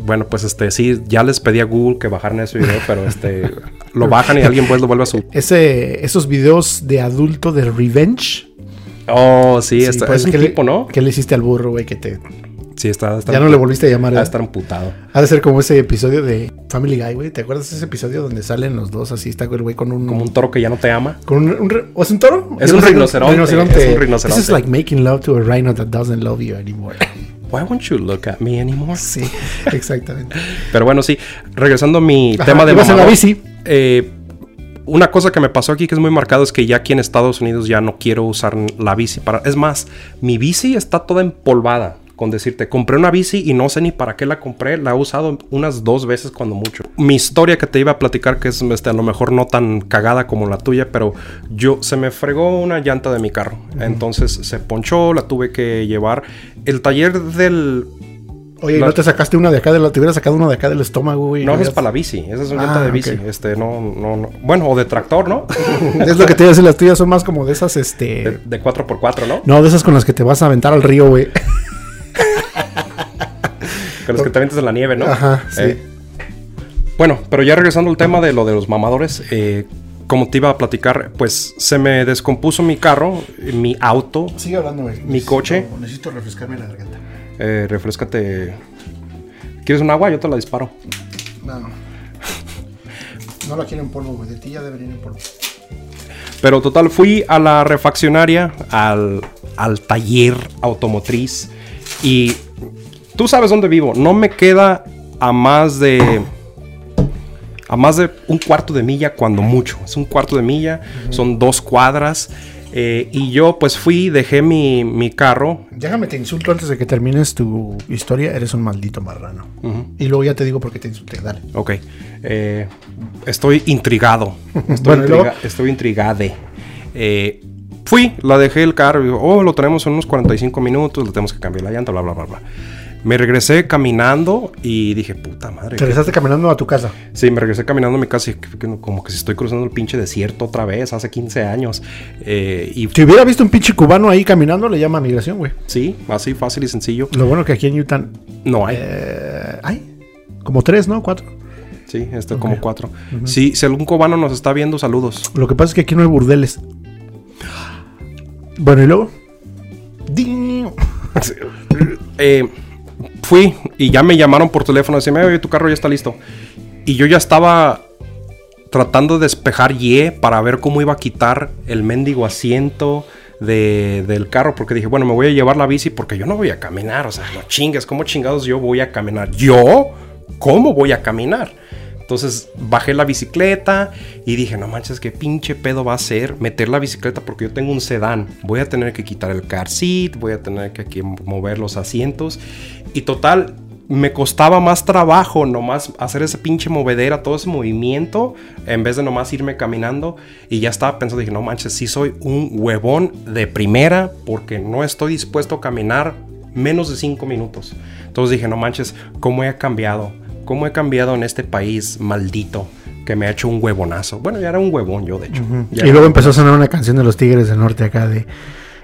Bueno, pues este, sí, ya les pedí a Google que bajaran ese video, pero este, lo bajan y alguien pues lo vuelve a subir. Ese, esos videos de adulto de Revenge. Oh, sí, sí está, pues, es un que tipo, le, ¿no? ¿Qué le hiciste al burro, güey? Que te. Sí, está. está ya no le volviste a llamar. A eh? estar amputado. Ha de ser como ese episodio de Family Guy, güey. ¿Te acuerdas de ese episodio donde salen los dos así? Está el güey con un. Como un toro que ya no te ama. Con un, un ¿O es un toro? Es un, no rinoceronte, rinoceronte. Es un rinoceronte. This is like making love to a rhino that doesn't love you *laughs* anymore. why won't you look at me anymore? Sí, exactamente. Pero bueno, sí, regresando a mi Ajá, tema de mamador, la bici. Eh, una cosa que me pasó aquí que es muy marcado es que ya aquí en Estados Unidos ya no quiero usar la bici para... Es más, mi bici está toda empolvada. Con decirte, compré una bici y no sé ni para qué la compré, la he usado unas dos veces cuando mucho. Mi historia que te iba a platicar, que es este, a lo mejor no tan cagada como la tuya, pero yo se me fregó una llanta de mi carro. Uh -huh. Entonces se ponchó, la tuve que llevar. El taller del Oye, la... ¿no te sacaste una de acá? De la... Te hubiera sacado una de acá del estómago, güey. No, es para la bici. Esa es una llanta ah, de bici. Okay. Este, no, no, no. Bueno, o de tractor, ¿no? es lo que te iba a decir. Las tuyas son más como de esas, este... Eh, De, de 4x4, ¿no? No, de esas con las que te vas a aventar al río, güey. con las que te aventas en la nieve, ¿no? Ajá, sí. Eh, bueno, pero ya regresando al tema de lo de los mamadores... Eh, como te iba a platicar, pues se me descompuso mi carro, mi auto. Sigue hablando, güey. Mi coche. Necesito refrescarme la garganta. Eh, refrescate. ¿Quieres un agua? Yo te la disparo. No, no. No la quiero en polvo, güey. De ti ya debería ir en polvo. Pero total, fui a la refaccionaria, al, al taller automotriz. Y tú sabes dónde vivo. No me queda a más de a más de un cuarto de milla cuando mucho. Es un cuarto de milla, uh -huh. son dos cuadras. Eh, y yo pues fui, dejé mi, mi, carro. Déjame, te insulto antes de que termines tu historia, eres un maldito marrano. Uh -huh. Y luego ya te digo por qué te insulté, dale. Ok, eh, estoy *laughs* intrigado. Estoy, bueno, intriga luego... estoy intrigade. Eh, fui, la dejé el carro, y digo, oh, lo tenemos en unos 45 minutos, le tenemos que cambiar la llanta, bla, bla, bla, bla. Me regresé caminando y dije, puta madre. Te regresaste caminando a tu casa. Sí, me regresé caminando a mi casa y que- que no- como que si estoy cruzando el pinche desierto otra vez, hace 15 años. Eh, y Si hubiera visto un pinche cubano ahí caminando, le llama migración, güey. sí, así fácil y sencillo. Lo bueno que aquí en Utah No hay. eh, hay como tres, ¿no? Cuatro. Sí, este como cuatro. Sí, si algún cubano nos está viendo, saludos. Lo que pasa es que aquí no hay burdeles. Bueno, y luego. Ding. Eh, fui y ya me llamaron por teléfono. Decían, oye, tu carro ya está listo. Y yo ya estaba tratando de despejar Y para ver cómo iba a quitar el mendigo asiento de- del carro. Porque dije, bueno, me voy a llevar la bici porque yo no voy a caminar. O sea, no chingues, ¿cómo chingados yo voy a caminar? ¿Yo? ¿Cómo voy a caminar? Entonces bajé la bicicleta y dije, no manches, qué pinche pedo va a ser meter la bicicleta porque yo tengo un sedán. Voy a tener que quitar el car seat, voy a tener que aquí mover los asientos. Y total, me costaba más trabajo nomás hacer ese pinche movedera, todo ese movimiento, en vez de nomás irme caminando. Y ya estaba pensando, dije, no manches, sí soy un huevón de primera porque no estoy dispuesto a caminar menos de cinco minutos. Entonces dije, no manches, ¿cómo he cambiado? ¿Cómo he cambiado en este país maldito que me ha hecho un huevonazo? Bueno, ya era un huevón yo, de hecho. Ya Y era- luego empezó a sonar una canción de los Tigres del Norte acá de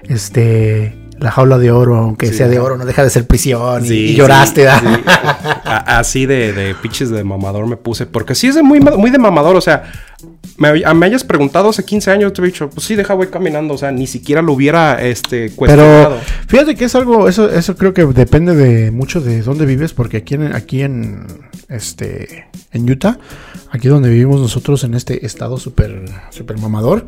este la jaula de oro, aunque Sí. sea de oro, no deja de ser prisión. y- Sí, y, lloraste, sí, ¿da? sí. A- Así de, de pinches de mamador me puse. Porque sí es de muy, ma- muy de mamador. O sea, me, a- me hayas preguntado hace 15 años, te he dicho, pues sí, deja voy caminando. O sea, ni siquiera lo hubiera este, cuestionado. Pero fíjate que es algo, eso, eso creo que depende de mucho de dónde vives, porque aquí en aquí en este en Utah, aquí donde vivimos nosotros en este estado súper super mamador,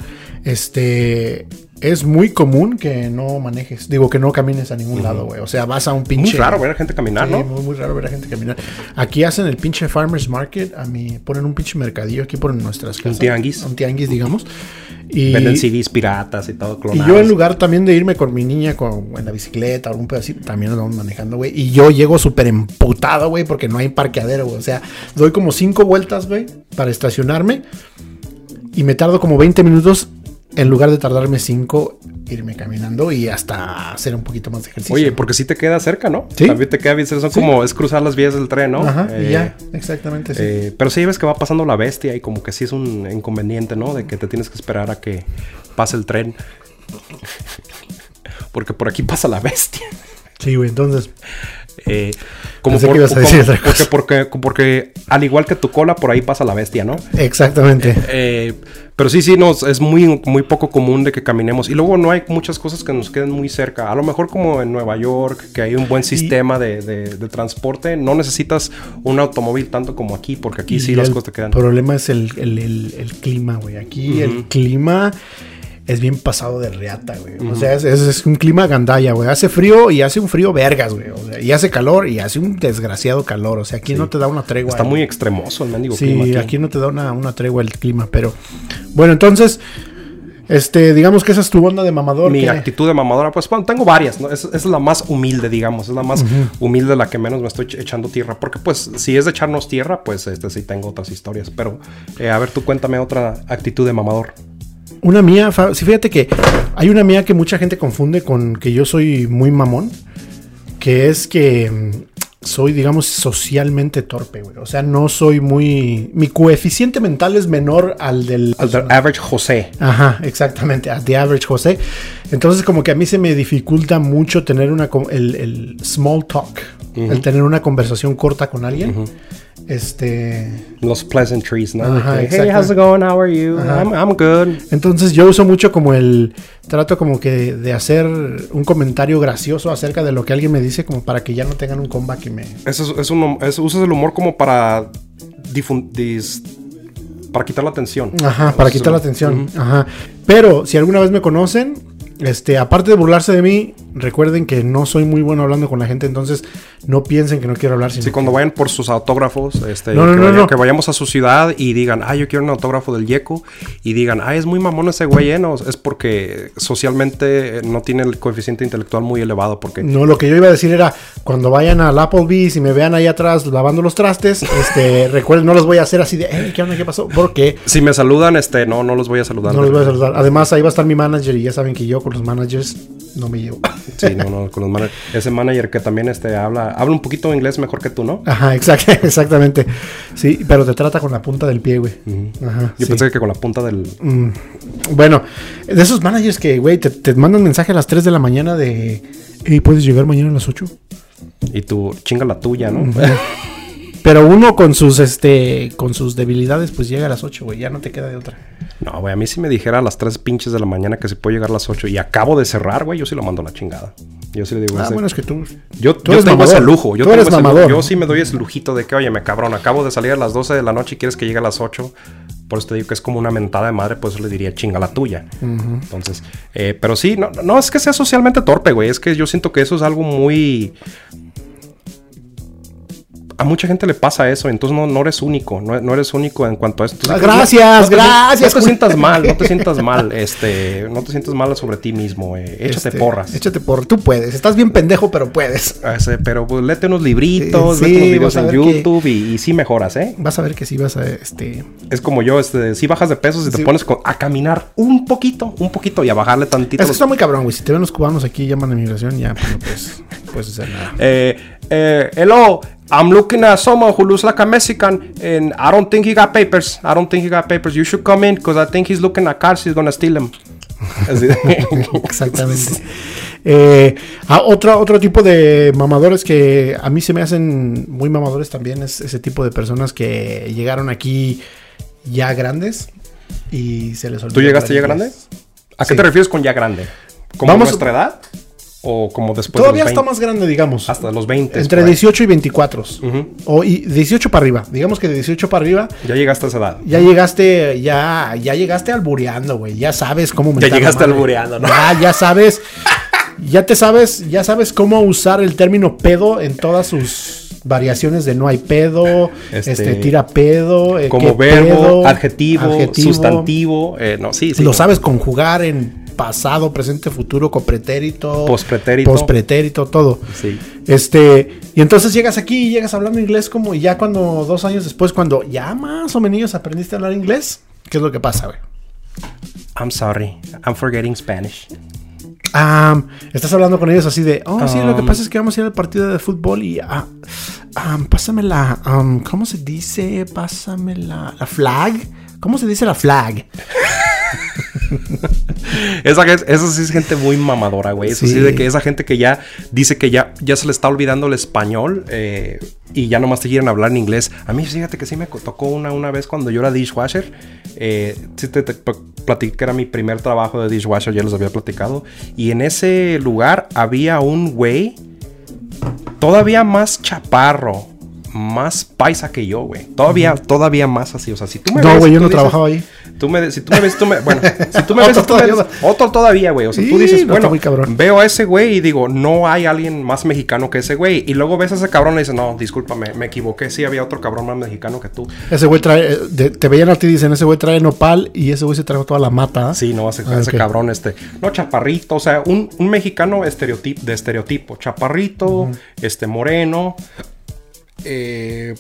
este es muy común que no manejes, digo que no camines a ningún lado, güey. O sea, vas a un pinche muy raro ver a gente caminar, Sí, Ah, ¿no? muy, muy raro ver a gente caminar. Aquí hacen el pinche farmers market, a mí ponen un pinche mercadillo aquí por nuestras casas. tianguis. Un tianguis, digamos. Y, Venden CDs piratas y todo y clonado. yo en lugar también de irme con mi niña con, en la bicicleta o algún pedacito, también lo vamos manejando, güey. Y yo llego súper emputado, güey, porque no hay parqueadero, güey. O sea, doy como cinco vueltas, güey, para estacionarme. Y me tardo como 20 minutos en lugar de tardarme cinco, irme caminando y hasta hacer un poquito más de ejercicio. Oye, porque sí te queda cerca, ¿no? Sí. También te queda bien cerca. Son como es cruzar las vías del tren, ¿no? Ajá, y Eh, ya, exactamente, sí. Eh, pero sí ves que va pasando la bestia y como que sí es un inconveniente, ¿no? De que te tienes que esperar a que pase el tren. *laughs* Porque por aquí pasa la bestia. Sí, güey, entonces. Eh, como Pensé que ibas a como- decir otra porque, porque, porque al igual que tu cola, por ahí pasa la bestia, ¿no? Exactamente. Eh, pero sí, sí, no, es muy, muy poco común de que caminemos. Y luego no hay muchas cosas que nos queden muy cerca. A lo mejor como en Nueva York, que hay un buen sistema de, de- de transporte, no necesitas un automóvil tanto como aquí, porque aquí sí Y las el cosas te quedan. problema es el, el- el- el clima, güey. Aquí el clima es bien pasado de reata, güey. O sea, es, es- es un clima gandalla, güey. Hace frío y hace un frío vergas, güey. O sea, y hace calor y hace un desgraciado calor. O sea, aquí no te da una tregua. Está güey. muy extremoso el mendigo Sí, clima aquí. no te da una, una tregua el clima, pero. Bueno, entonces. Este, digamos que esa es tu onda de mamador. Mi que- actitud de mamadora, pues bueno, tengo varias, ¿no? Es, es la más humilde, digamos, es la más humilde, la que menos me estoy ch- echando tierra, porque pues si es de echarnos tierra, pues este sí tengo otras historias, pero eh, a ver tú cuéntame otra actitud de mamador. Una mía, fa- sí, fíjate que hay una mía que mucha gente confunde con que yo soy muy mamón, que es que mm, soy, digamos, socialmente torpe, güey. O sea, no soy muy... Mi coeficiente mental es menor al del... Al de average José. Ajá, exactamente, a The Average José. Entonces como que a mí se me dificulta mucho tener una con- el, el small talk, el tener una conversación corta con alguien. Este, Los pleasantries, ¿no? Ajá, De que, hey, exacto. how's it going? How are you? Ajá. I'm, I'm good. Entonces yo uso mucho como el trato como que de hacer un comentario gracioso acerca de lo que alguien me dice como para que ya no tengan un comeback y me... Eso es, es un, hum- es- usas el humor como para difun- dis- para quitar la atención. Ajá, para Eso es quitar la lo- atención. Ajá. Pero si alguna vez me conocen, este, aparte de burlarse de mí, recuerden que no soy muy bueno hablando con la gente, entonces no piensen que no quiero hablar, sino Sí, cuando vayan por sus autógrafos, este, No, no, que, no, vaya- no. que vayamos a su ciudad y digan, ah, yo quiero un autógrafo del Yeco, y digan, ah, es muy mamón ese güey, ¿eh? No, es porque socialmente eh, no tiene el coeficiente intelectual muy elevado, porque No, lo que yo iba a decir era, cuando vayan al Applebee's y me vean ahí atrás lavando los trastes, este, *laughs* recuerden, no los voy a hacer así de, "Ey, ¿qué onda? ¿Qué pasó? Porque si me saludan, este, no, no los voy a saludar. *laughs* No los voy a saludar. Además, ahí va a estar mi manager y ya saben que yo con los managers no me llevo. Sí, no, no, con los managers. Ese manager que también este, habla, habla un poquito de inglés mejor que tú, ¿no? Ajá, exact- *laughs* exactamente. Sí, pero te trata con la punta del pie, güey. Ajá. sí. Yo Mm. pensé que con la punta del... Bueno, de esos managers que, güey, te, te mandan mensaje a las 3 de la mañana de. ¿Y puedes llegar mañana a las 8? Y tú, chinga la tuya, ¿no? Mm. Pero uno con sus este con sus debilidades, pues llega a las 8, güey. Ya no te queda de otra. *laughs* No, güey, a mí si me dijera a las 3 pinches de la mañana que se puede llegar a las 8 y acabo de cerrar, güey, yo sí lo mando a la chingada. Yo sí le digo, Ah, ese- bueno, es que tú. yo, tú yo eres tengo mamador. ese lujo, yo Tú tengo eres ese lujo. mamador. Yo sí me doy ese lujito de que, oye, me cabrón, acabo de salir a las 12 de la noche y quieres que llegue a las 8. Por eso te digo que es como una mentada de madre, pues le diría chinga la tuya. Entonces, eh, pero sí, no, no es que sea socialmente torpe, güey. Es que yo siento que eso es algo muy. A mucha gente le pasa eso, entonces no, no eres único, no, no eres único en cuanto a esto. Ah, Entonces, gracias, te- gracias, No te José. sientas mal, *laughs* no te sientas mal, este, no te sientas mal sobre ti mismo, eh, échate Este, porras. Échate por. Tú puedes. Estás bien pendejo, pero puedes. Ah, sí, pero pues, léete unos libritos, Sí, léete unos sí, vas videos a en ver que- YouTube y, y sí mejoras, ¿eh? Vas a ver que sí vas a este. Es como yo, este, si bajas de pesos y te Sí. pones co- a caminar un poquito, un poquito y a bajarle tantito. Eso los- está muy cabrón, güey. Si te ven los cubanos aquí llaman a migración, ya pues, no puedes, puedes hacer nada. Eh, eh, hello, I'm looking at someone who looks like a Mexican and I don't think he got papers. I don't think he got papers. You should come in because I think he's looking at cars. He's gonna steal them. *laughs* Así de- Exactamente. *laughs* Eh, ah, otra- otro tipo de mamadores que a mí se me hacen muy mamadores también es ese tipo de personas que llegaron aquí ya grandes y se les olvidó. ¿Tú llegaste ya hablar grande? Pues, inglés. ¿A qué Sí. te refieres con ya grande? ¿Como Vamos- nuestra edad? ¿O como después Todavía de los está 20? más grande, digamos. Hasta los 20. entre por ahí. 18 y 24. O y 18 para arriba. Digamos que de 18 para arriba Ya llegaste a esa edad. ya llegaste, ya, ya llegaste albureando, güey. Ya sabes cómo mentar la llegaste madre. albureando, ¿no? Ya, ya sabes, ya te sabes, ya sabes cómo usar el término pedo en todas sus variaciones de no hay pedo, este, Este, tira pedo, eh, como qué verbo, pedo, adjetivo, adjetivo. sustantivo, eh, no, sí, sí. lo no. sabes conjugar en pasado, presente, futuro, copretérito, Pospretérito. pospretérito, todo. Sí. Este, y entonces llegas aquí y llegas hablando inglés como, y ya cuando dos años después, cuando ya más o menos aprendiste a hablar inglés, ¿qué es lo que pasa, güey? I'm sorry, I'm forgetting Spanish. Am, estás hablando con ellos así de, oh, sí, lo que Am. pasa es que vamos a ir al partido de fútbol y, ah, am, pásamela, am, ¿cómo se dice? Pásamela, la flag. ¿Cómo se dice la flag? Esa, gen- esa sí es gente muy mamadora, güey. Eso sí. Sí. de que esa gente que ya dice que ya, ya se le está olvidando el español eh, y ya nomás te quieren hablar en inglés. A mí fíjate que sí me co- tocó una, una vez cuando yo era dishwasher. Eh, sí te, te pl- platiqué que era mi primer trabajo de dishwasher, ya les había platicado. Y en ese lugar había un güey todavía más chaparro. Más paisa que yo, güey. Todavía, todavía más así. O sea, si tú me No, ves güey, y yo tú no dices- trabajaba ahí. Tú me, de- si tú me ves, tú me, bueno, si tú me *laughs* Otro ves, tú me todavía ves- va. otro todavía, güey. O sea, tú Y, dices, no, está bueno, muy cabrón. veo a ese güey y digo, no hay alguien más mexicano que ese güey. Y luego ves a ese cabrón y dices, no, discúlpame, me equivoqué. Sí, había otro cabrón más mexicano que tú. Ese güey trae, eh, de- te veían a ti y dicen, ese güey trae nopal y ese güey se trajo toda la mata. ¿ah? Sí, no, ese, Ah, ese ok. cabrón, este, no, chaparrito, o sea, un, un mexicano estereotipo, de estereotipo, chaparrito, este, moreno, eh,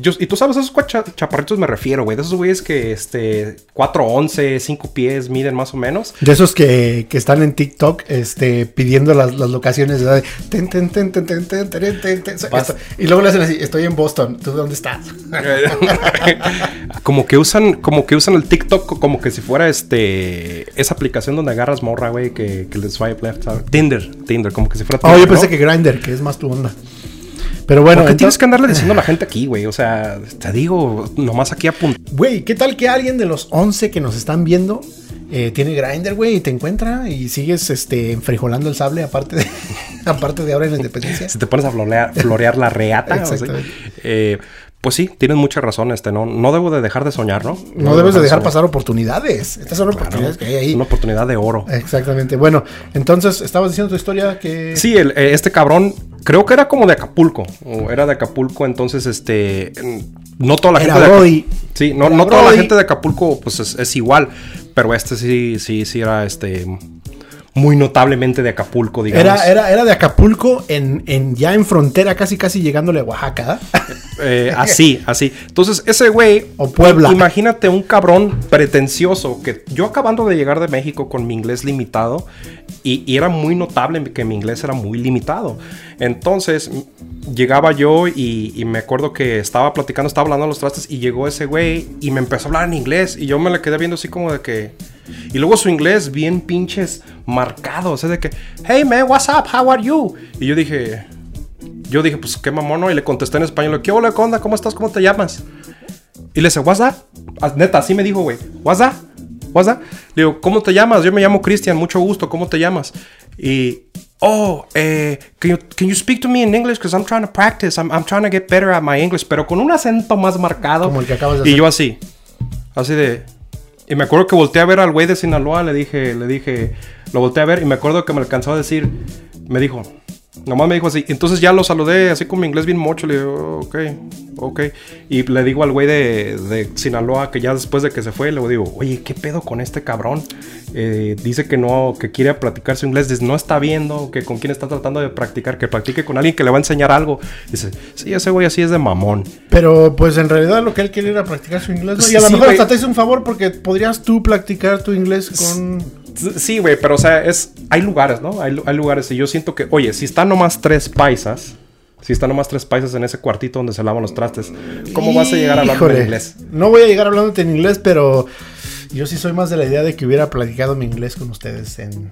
yo- y tú sabes, a esos cua- cha- chaparritos me refiero, güey, de esos güeyes que, este, 4'11", 5 pies, miden más o menos, De esos que, que están en TikTok este, pidiendo las, las locaciones. ¿verdad? Ten, ten, ten, ten, ten, ten, ten, ten, ten. Vas- Y luego le hacen así, estoy en Boston, ¿tú dónde estás? *laughs* como que usan, como que usan el TikTok co- como que si fuera este esa aplicación donde agarras morra, güey, que, que le swipe left, ¿sabes? Tinder, Tinder, como que si fuera Oh, Tinder. yo pensé ¿no? que Grinder, que es más tu onda. Pero bueno, ¿Por qué tienes entonces- que andarle diciendo a la gente aquí, güey? O sea, te digo, nomás aquí apuntando. Güey, ¿qué tal que alguien de los 11 que nos están viendo eh, tiene Grinder, güey, y te encuentra y sigues este, enfrijolando el sable aparte de, *laughs* aparte de ahora en la independencia? Si te pones a florear, florear la reata. o sea, Exactamente. eh, pues sí, tienes mucha razón, este, no, no debo de dejar de soñar, ¿no? No debes de dejar soñar. pasar oportunidades. Estas son oportunidades que hay Es ahí. una oportunidad de oro. Exactamente. Bueno, entonces, estabas diciendo tu historia que... Sí, el, eh, este cabrón, creo que era como de Acapulco. o Era de Acapulco, entonces, este. mm, No toda la Era gente. de Aca- Brody. sí, no, Era no toda la Brody. gente de Acapulco, pues es, es igual. Pero este sí, sí, sí era este. muy notablemente de Acapulco, digamos. Era, era, era de Acapulco en, en ya en frontera, casi casi llegándole a Oaxaca. Eh, así, así. Entonces, ese güey. O Puebla. Imagínate un cabrón pretencioso que yo acabando de llegar de México con mi inglés limitado y, y era muy notable que mi inglés era muy limitado. Entonces, llegaba yo y, y me acuerdo que estaba platicando, estaba hablando a los trastes y llegó ese güey y me empezó a hablar en inglés y yo me la quedé viendo así como de que. Y luego su inglés bien pinches marcado, o sea, de que, hey man, what's up, how are you? Y yo dije, yo dije, pues qué mamono, y le contesté en español, ¿qué hola, conda? ¿Cómo estás? ¿Cómo te llamas? Y le dice, what's up? Ah, Neta, así me dijo, güey, what's up? What's up? Le digo, ¿cómo te llamas? Yo me llamo Cristian, mucho gusto, ¿cómo te llamas? Y, oh, eh, can, you, can you speak to me in English? Because I'm trying to practice, I'm, I'm trying to get better at my English, pero con un acento más marcado. Como el que acabas de Y hacer. yo así, así de, y me acuerdo que volteé a ver al güey de Sinaloa, le dije, le dije, lo volteé a ver y me acuerdo que me alcanzó a decir, me dijo, nomás me dijo así, entonces ya lo saludé así con mi inglés bien mocho, le digo, "Oh, ok, ok. Y le digo al güey de, de Sinaloa que ya después de que se fue, le digo, oye, ¿qué pedo con este cabrón? Eh, dice que no, que quiere practicar su inglés, dice, no está viendo, que con quién está tratando de practicar, que practique con alguien que le va a enseñar algo. Dice, sí, ese güey así es de mamón. *laughs* Pero pues en realidad lo que él quiere era practicar su inglés. ¿no? Y a lo Sí, mejor güey. hasta te hice un favor porque podrías tú practicar tu inglés con... S- Sí, güey, pero o sea, es, hay lugares, ¿no? Hay, lu- hay lugares y yo siento que, oye, si están nomás tres paisas, si están nomás tres paisas en ese cuartito donde se lavan los trastes, ¿cómo vas a llegar a hablar Híjole, inglés? No voy a llegar hablándote en inglés, pero yo sí soy más de la idea de que hubiera platicado mi inglés con ustedes en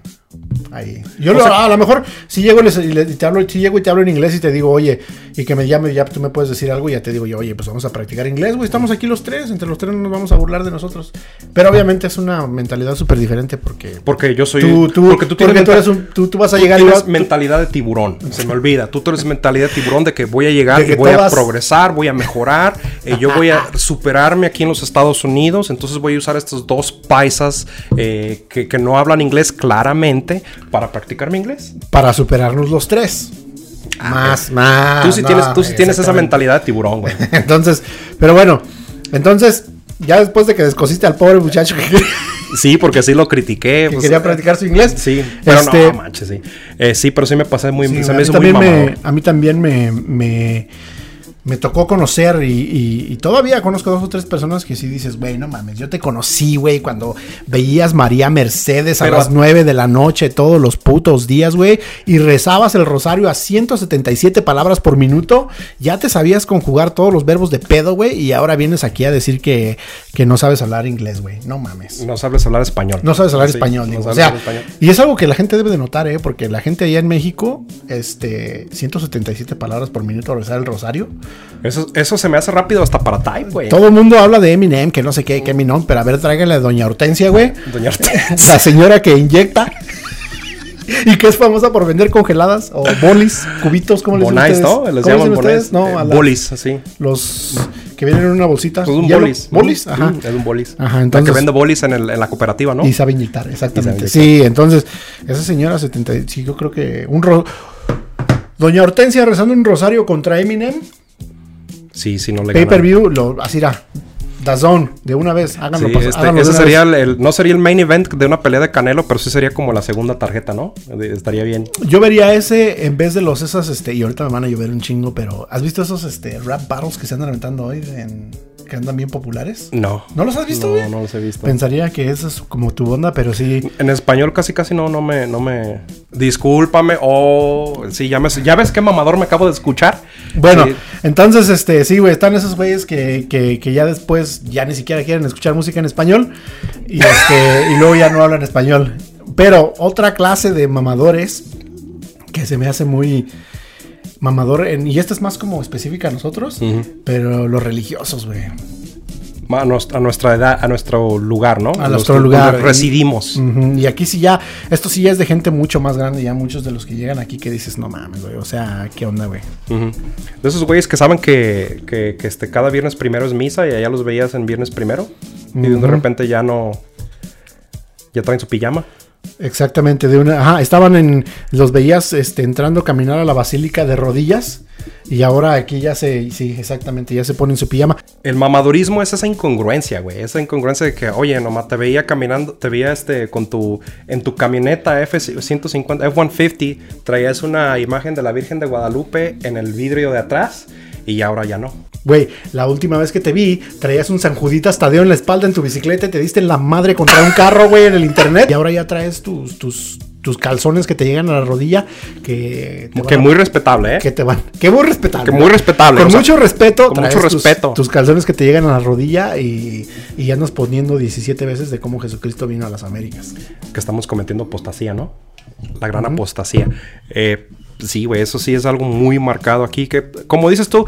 ahí. Yo O lo- sea- a lo mejor si llego y les- y le- y te hablo, si llego y te hablo en inglés y te digo, oye, y que me llame, ya tú me puedes decir algo y ya te digo yo, oye, pues vamos a practicar inglés, güey, estamos aquí los tres, entre los tres no nos vamos a burlar de nosotros. Pero obviamente es una mentalidad súper diferente porque Porque yo soy... tú, tú, porque tú tienes, porque tú menta- eres un- tú- tú vas a tú llegar y tienes vas- mentalidad de tiburón, se me olvida. Tú tienes mentalidad de tiburón de que voy a llegar De y que voy todas- a progresar, voy a mejorar, eh, yo voy a superarme aquí en los Estados Unidos, entonces voy a usar estos dos paisas eh, que, que no hablan inglés claramente para practicar mi inglés. para superarnos los tres. Más, más. Ah, Tú sí Ah, no, tienes, tú sí tienes esa exactamente. mentalidad de tiburón, güey. *laughs* Entonces, pero bueno, entonces, ya después de que descosiste al pobre muchacho que, que Sí, porque sí lo critiqué. pues, quería practicar su inglés. Sí, pero este, no, manches, sí. Eh, sí, pero sí me pasé *laughs* muy... sí, se a, me mí hizo muy también me, mamador. a mí también me, me, me tocó conocer y, y- y todavía conozco dos o tres personas que sí dices, güey, no mames, yo te conocí, güey, cuando veías María Mercedes Pero- a las 9 de la noche todos los putos días, güey, y rezabas el rosario a 177 palabras por minuto, ya te sabías conjugar todos los verbos de pedo, güey, y ahora vienes aquí a decir que, que no sabes hablar inglés, güey, no mames. No sabes hablar español. No sabes hablar Sí, español, no digo, o sabes sea, hablar español. y es algo que la gente debe de notar, ¿eh? Porque la gente allá en México, este, 177 palabras por minuto rezar el rosario. Eso, eso se me hace rápido hasta para type, güey. Todo el mundo habla de Eminem, que no sé qué, que Eminem, pero a ver, tráigale a Doña Hortensia, güey. *laughs* Doña Hortensia. La señora que inyecta. *laughs* Y que es famosa por vender congeladas o bolis, cubitos, ¿cómo les dicen Bonais, ustedes? ¿no? Les ¿Cómo llaman dicen ustedes? bonais. No, Eh, a las- bolis, así. Los que vienen en una bolsita. Es Pues un ¿Hielo? bolis. Bolis, Mm, ajá. mm, Es un bolis. Ajá, La que entonces- vende bolis en, el- en la cooperativa, ¿no? Y sabe inyectar, exactamente. Y sabe Sí, entonces, esa señora 70, sí, yo creo que un ro- Doña Hortensia rezando un rosario contra Eminem, Sí, sí, no le pay per ganan. view, lo así irá. Dazón, de una vez, háganlo Sí, pasar. este- háganlo pues, ah, de ese una sería vez. el, el- no sería el main event de una pelea de Canelo, pero sí sería como la segunda tarjeta, ¿no? De- Estaría bien. Yo vería ese en vez de los esas, este, y ahorita me van a llover un chingo, pero ¿has visto esos este, rap battles que se andan aventando hoy en- que andan bien populares? No. ¿No los has visto, güey? No, no los he visto. Pensaría que esa es como tu onda, pero sí. En español casi casi no, no me, no me. Discúlpame. Oh, sí, ya, me, ya ves qué mamador me acabo de escuchar. Bueno, Sí, entonces, este, sí, güey, están esos güeyes que, que- que ya después ya ni siquiera quieren escuchar música en español y, este, y luego ya no hablan español. Pero otra clase de mamadores que se me hace muy mamador, en- y esta es más como específica a nosotros, pero los religiosos, güey. ma- a, nos- a nuestra edad, a nuestro lugar, ¿no? A Los- nuestro donde lugar. Mm. Residimos. Ujú, Y aquí sí ya, esto sí ya es de gente mucho más grande, ya muchos de los que llegan aquí que dices, no mames, güey, o sea, ¿qué onda, güey? Ujú. De esos güeyes que saben que, que- que, este, cada viernes primero es misa y allá los veías en viernes primero. Y de repente ya no. Ya traen su pijama. Exactamente, de una, ajá, estaban en, los veías este, entrando a caminar a la basílica de rodillas y ahora aquí ya se, sí, exactamente, ya se ponen su pijama. El mamadorismo es esa incongruencia, güey, esa incongruencia de que, oye, nomás te veía caminando, te veía este, con tu, en tu camioneta F-150, F-150, traías una imagen de la Virgen de Guadalupe en el vidrio de atrás y ahora ya no. Güey, la última vez que te vi, traías un San Juditas Tadeo en la espalda en tu bicicleta y te diste la madre contra un carro, güey, en el internet. Y ahora ya traes tus, tus, tus calzones que te llegan a la rodilla. Que, que muy a... respetable, ¿eh? Que te van. Que muy respetable. Que muy respetable. Con mucho sea, respeto. Con mucho respeto. Tus, tus, calzones que te llegan a la rodilla y, y ya nos poniendo 17 veces de cómo Jesucristo vino a las *laughs* Américas. Que estamos cometiendo apostasía, ¿no? La gran uh -huh. apostasía. Eh sí, güey, eso sí es algo muy marcado aquí. Que, como dices tú,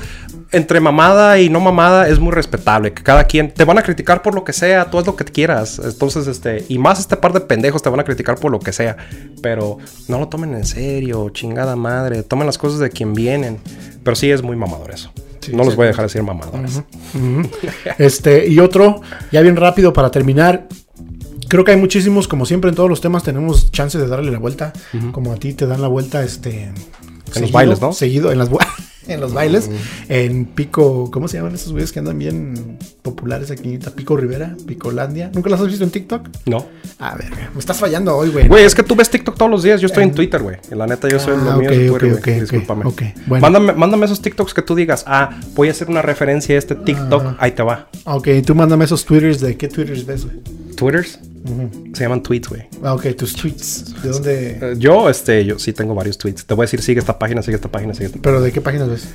entre mamada y no mamada es muy respetable. Que cada quien te van a criticar por lo que sea, tú haz lo que quieras. Entonces, este, y más este par de pendejos te van a criticar por lo que sea. Pero no lo tomen en serio, chingada madre. Tomen las cosas de quien vienen. Pero sí es muy mamador eso. Sí, no los voy a dejar decir mamadores. Uh -huh, uh -huh. este, y otro, ya bien rápido para terminar creo que hay muchísimos, como siempre en todos los temas tenemos chance de darle la vuelta, uh -huh. como a ti te dan la vuelta este en seguido, los bailes, ¿no? Seguido en las *laughs* en los bailes, uh -huh. en Pico, ¿cómo se llaman esos güeyes que andan bien populares aquí? Pico Rivera, Picolandia. ¿Nunca las has visto en TikTok? No. A ver, me estás fallando hoy, güey. Güey, es que tú ves TikTok todos los días, yo estoy en, en Twitter, güey. La neta, yo soy Eh. ah, lo okay, mío de Twitter, okay, okay, Discúlpame. Bueno. Mándame, mándame, esos TikToks que tú digas, ah, voy a hacer una referencia a este TikTok, ah. ahí te va. Ok, tú mándame esos Twitters de qué Twitters ves, güey. ¿Twitters? Uh -huh. Se llaman tweets, güey. Ah, ok, tus tweets. ¿De dónde? Uh, yo, este, yo sí tengo varios tweets. Te voy a decir, sigue esta página, sigue esta página, sigue esta ¿Pero de qué páginas ves?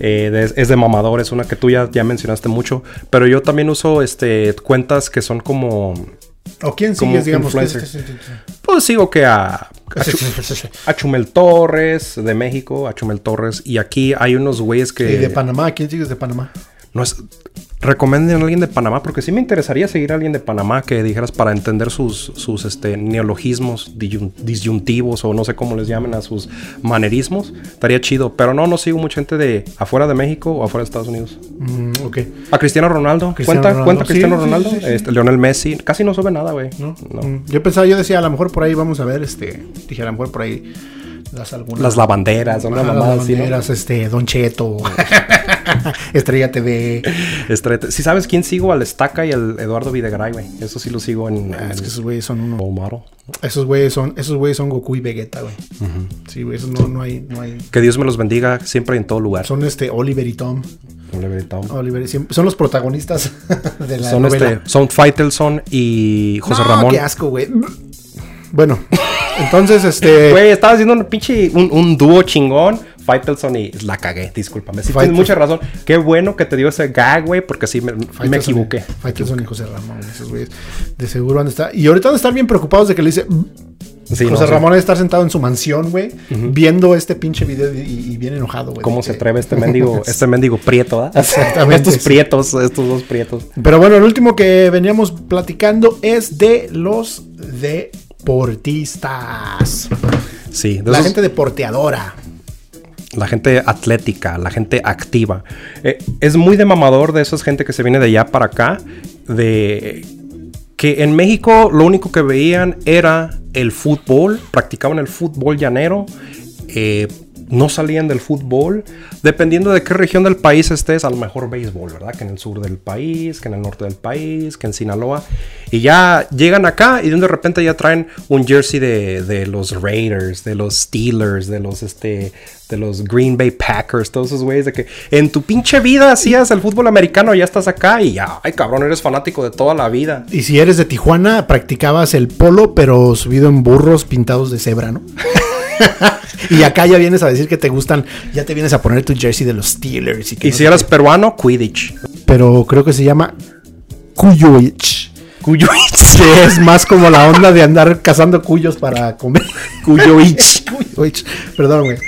Eh, de, es de mamador, es una que tú ya, ya mencionaste mucho. Pero yo también uso este, cuentas que son como. ¿O quién este? sigues, digamos? Pues sigo que a, Ah, a, Ch *laughs* a, Chumel Torres de México, a Chumel Torres. Y aquí hay unos güeyes que. ¿Y de Panamá? ¿Quién sigues de Panamá? No es recomienden a alguien de Panamá, porque sí me interesaría seguir a alguien de Panamá que dijeras para entender sus, sus este, neologismos disyuntivos o no sé cómo les llamen a sus manerismos. Estaría chido, pero no, no sigo mucha gente de afuera de México o afuera de Estados Unidos. Mm, ok. A Cristiano Ronaldo. Cristiano cuenta, Ronaldo. cuenta Cristiano sí, Ronaldo. Sí, sí, este, Leonel Messi. Casi no sube nada, güey. ¿No? No. Mm, Yo pensaba, yo decía, a lo mejor por ahí vamos a ver, este, dije, a lo mejor por ahí. Las, algunas, las lavanderas, ah, las lavanderas, así, ¿no? este, Don Cheto, *laughs* Estrella TV. Estrella Este, Si ¿Sí sabes quién sigo, al Estaca y al Eduardo Videgaray, güey. Eso sí lo sigo en. Ah, es que esos güeyes son uno. Omaro. Esos güeyes son, esos güeyes son Goku y Vegeta, güey. Uh -huh. Sí, güey, esos no, no, hay, no hay. Que Dios me los bendiga siempre y en todo lugar. Son este Oliver y Tom. Oliver y Tom. Oliver y son los protagonistas *laughs* de la son novela. Este, son Faitelson y José no, Ramón. Qué asco, güey. Bueno, entonces este. *laughs* Güey, estaba haciendo un pinche. Un, un dúo chingón. Faitelson y la cagué, discúlpame. Sí, tienes mucha razón. Qué bueno que te dio ese gag, güey, porque sí me, me equivoqué. Faitelson y José Ramón, esos güeyes. De seguro van a estar. Y ahorita van a estar bien preocupados de que le dice. Sí, José no, Ramón sí. está sentado en su mansión, güey, uh -huh. viendo este pinche video y, y bien enojado, güey. ¿Cómo se que... atreve *laughs* este mendigo, este mendigo prieto, ¿eh? Exactamente. estos sí. prietos, estos dos prietos. Pero bueno, el último que veníamos platicando es de los deportistas. Sí, de la esos... gente deporteadora la gente atlética, la gente activa. Eh, es muy de mamador de esas gente que se viene de allá para acá, de que en México lo único que veían era el fútbol, practicaban el fútbol llanero, eh, no salían del fútbol. Dependiendo de qué región del país estés, a lo mejor béisbol, ¿verdad? Que en el sur del país, que en el norte del país, que en Sinaloa. Y ya llegan acá y de repente ya traen un jersey de, de los Raiders, de los Steelers, de los, este, de los Green Bay Packers, todos esos güeyes de que en tu pinche vida hacías el fútbol americano, ya estás acá y ya, ay cabrón, eres fanático de toda la vida. Y si eres de Tijuana, practicabas el polo, pero subido en burros pintados de cebra, ¿no? *laughs* y acá ya vienes a decir que te gustan, ya te vienes a poner tu jersey de los Steelers. Y, que ¿Y no si eras peruano, Quidditch. Pero creo que se llama Cuyoich. Cuyoich. Que es más como la onda de andar cazando cuyos para *laughs* comer. Cuyoich. Cuyoich. Perdón, güey.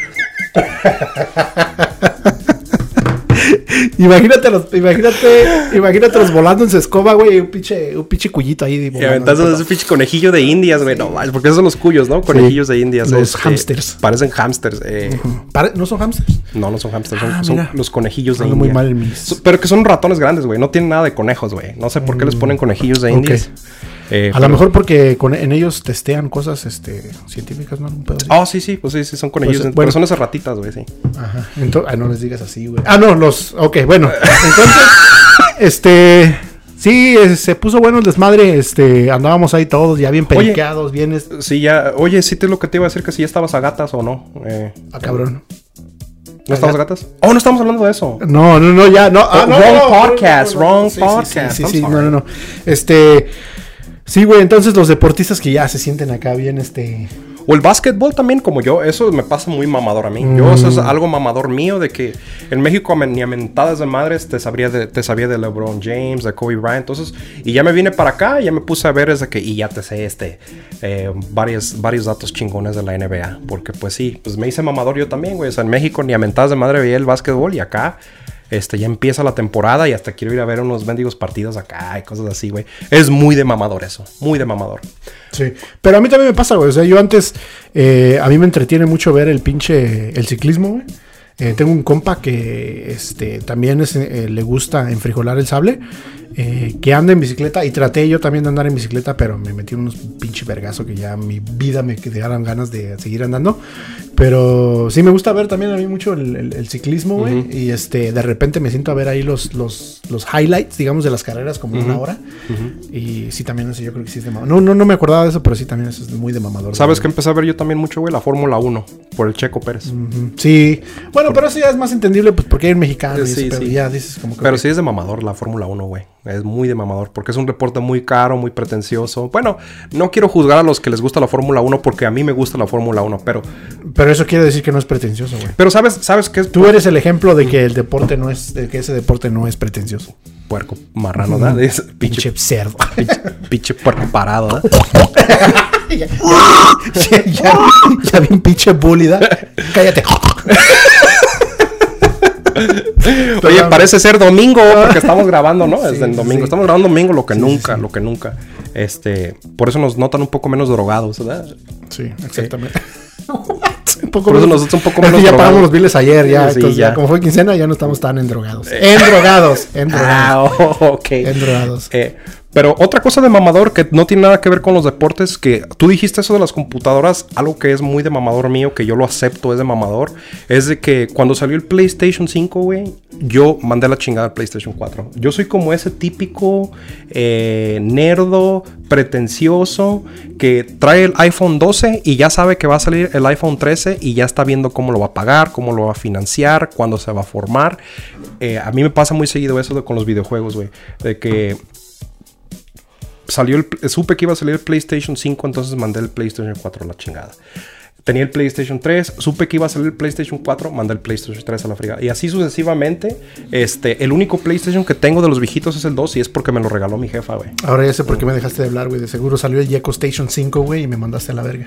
imagínate los, imagínate, imagínate los volando en su escoba, güey, un pinche, un pinche cuyito ahí. Y aventando ese pinche conejillo de indias, güey, no mal, porque esos son los cuyos, ¿no? Conejillos sí, de indias. Los hamsters. Eh, parecen hamsters. Eh. Uh -huh. ¿Pare ¿No son hamsters? No, no son hamsters, ah, son, son, los conejillos de Ando indias. muy mal mis... so, Pero que son ratones grandes, güey, no tienen nada de conejos, güey. No sé por qué mm. les ponen conejillos de indias. Okay. Eh, a pero... lo mejor porque con, en ellos testean cosas este, científicas, ¿no? Ah, oh, sí, sí, pues sí, sí son con pues, ellos. Bueno. Pero son esas ratitas, güey, sí. Ajá. Entonces, ah, no les digas así, güey. Ah, no, los. Ok, bueno. *laughs* Entonces, este. Sí, se puso bueno el desmadre, este, andábamos ahí todos ya bien periqueados, bien... Sí, si ya, oye, sí te lo que te iba a decir que si ya estabas a gatas o no. Eh, ah, cabrón. ¿No estamos gatas? Oh, no estamos hablando de eso. No, no, no, ya, no. Ah, no wrong no, podcast, no, wrong podcast. Sí, sí, sí no, no, no. Este. Sí, güey, entonces los deportistas que ya se sienten acá bien, este. O el básquetbol también, como yo, eso me pasa muy mamador a mí. Mm. Yo, eso es algo mamador mío de que en México ni a mentadas de madres te sabría de, te sabía de LeBron James, de Kobe Bryant, entonces, y ya me vine para acá, ya me puse a ver desde que, y ya te sé este, eh, varios, varios datos chingones de la NBA, porque pues sí, pues me hice mamador yo también, güey, o sea, en México ni a mentadas de madre veía el básquetbol y acá... Este, ya empieza la temporada y hasta quiero ir a ver unos mendigos partidos acá y cosas así, güey. Es muy de mamador eso, muy de mamador. Sí, pero a mí también me pasa, güey. O sea, yo antes, eh, a mí me entretiene mucho ver el pinche, el ciclismo, güey. Eh, tengo un compa que este, también es, eh, le gusta enfrijolar el sable, eh, que anda en bicicleta y traté yo también de andar en bicicleta, pero me metí unos pinche vergazos que ya mi vida me quedaron ganas de seguir andando. Pero sí me gusta ver también a mí mucho el, el, el ciclismo, güey. Uh -huh. Y este, de repente me siento a ver ahí los, los, los highlights, digamos, de las carreras como uh -huh. una hora. Uh -huh. Y sí, también eso yo creo que sí es de mamador. No, no, no me acordaba de eso, pero sí también eso es muy de mamador. ¿Sabes de que empecé a ver yo también mucho, güey? La Fórmula 1 por el Checo Pérez. Sí. Bueno, pero eso ya es más entendible, pues porque hay un mexicano. Sí, y eso, sí. pero ya dices como que. Pero sí es de mamador la Fórmula 1, güey. Es muy de mamador, porque es un deporte muy caro, muy pretencioso. Bueno, no quiero juzgar a los que les gusta la Fórmula 1 porque a mí me gusta la Fórmula 1, pero. Pero eso quiere decir que no es pretencioso, güey. Pero sabes, sabes que es. Tú eres el ejemplo de que el deporte no es. De que ese deporte no es pretencioso. Puerco marrano, ¿verdad? *laughs* Mm. Es, pinche, cerdo. Pinche, pinche puerco parado, *laughs* *laughs* ya, ya, ya, ya, bien pinche bulida. Cállate. Oye, Totalmente. parece ser *laughs* domingo porque estamos grabando, ¿no? Sí, es el domingo. Sí. Estamos grabando domingo, lo que sí, nunca, lo que nunca. Este, por eso nos notan un poco menos drogados, ¿verdad? Sí, *laughs* exactamente. un poco por menos, eso nos notan un poco menos Ya drogados. pagamos los biles ayer, ya, entonces, ya. ya, Como fue quincena, ya no estamos tan endrogados. Eh. Endrogados, endrogados. *laughs* Ah, oh, ok. Endrogados. Eh, pero otra cosa de mamador que no tiene nada que ver con los deportes, que tú dijiste eso de las computadoras, algo que es muy de mamador mío, que yo lo acepto, es de mamador, es de que cuando salió el PlayStation 5, güey, yo mandé la chingada al PlayStation 4. Yo soy como ese típico eh, nerdo, pretencioso, que trae el iPhone 12 y ya sabe que va a salir el iPhone 13 y ya está viendo cómo lo va a pagar, cómo lo va a financiar, cuándo se va a formar. Eh, a mí me pasa muy seguido eso de, con los videojuegos, güey, de que salió el, supe que iba a salir el PlayStation 5, entonces mandé el PlayStation 4 a la chingada. Tenía el PlayStation 3, supe que iba a salir el PlayStation 4, mandé el PlayStation 3 a la fregada. Y así sucesivamente, este, el único PlayStation que tengo de los viejitos es el 2 y es porque me lo regaló mi jefa, güey. Ahora ya sé por qué me dejaste de hablar, güey. De seguro salió el Yeco Station 5, güey, y me mandaste a la verga.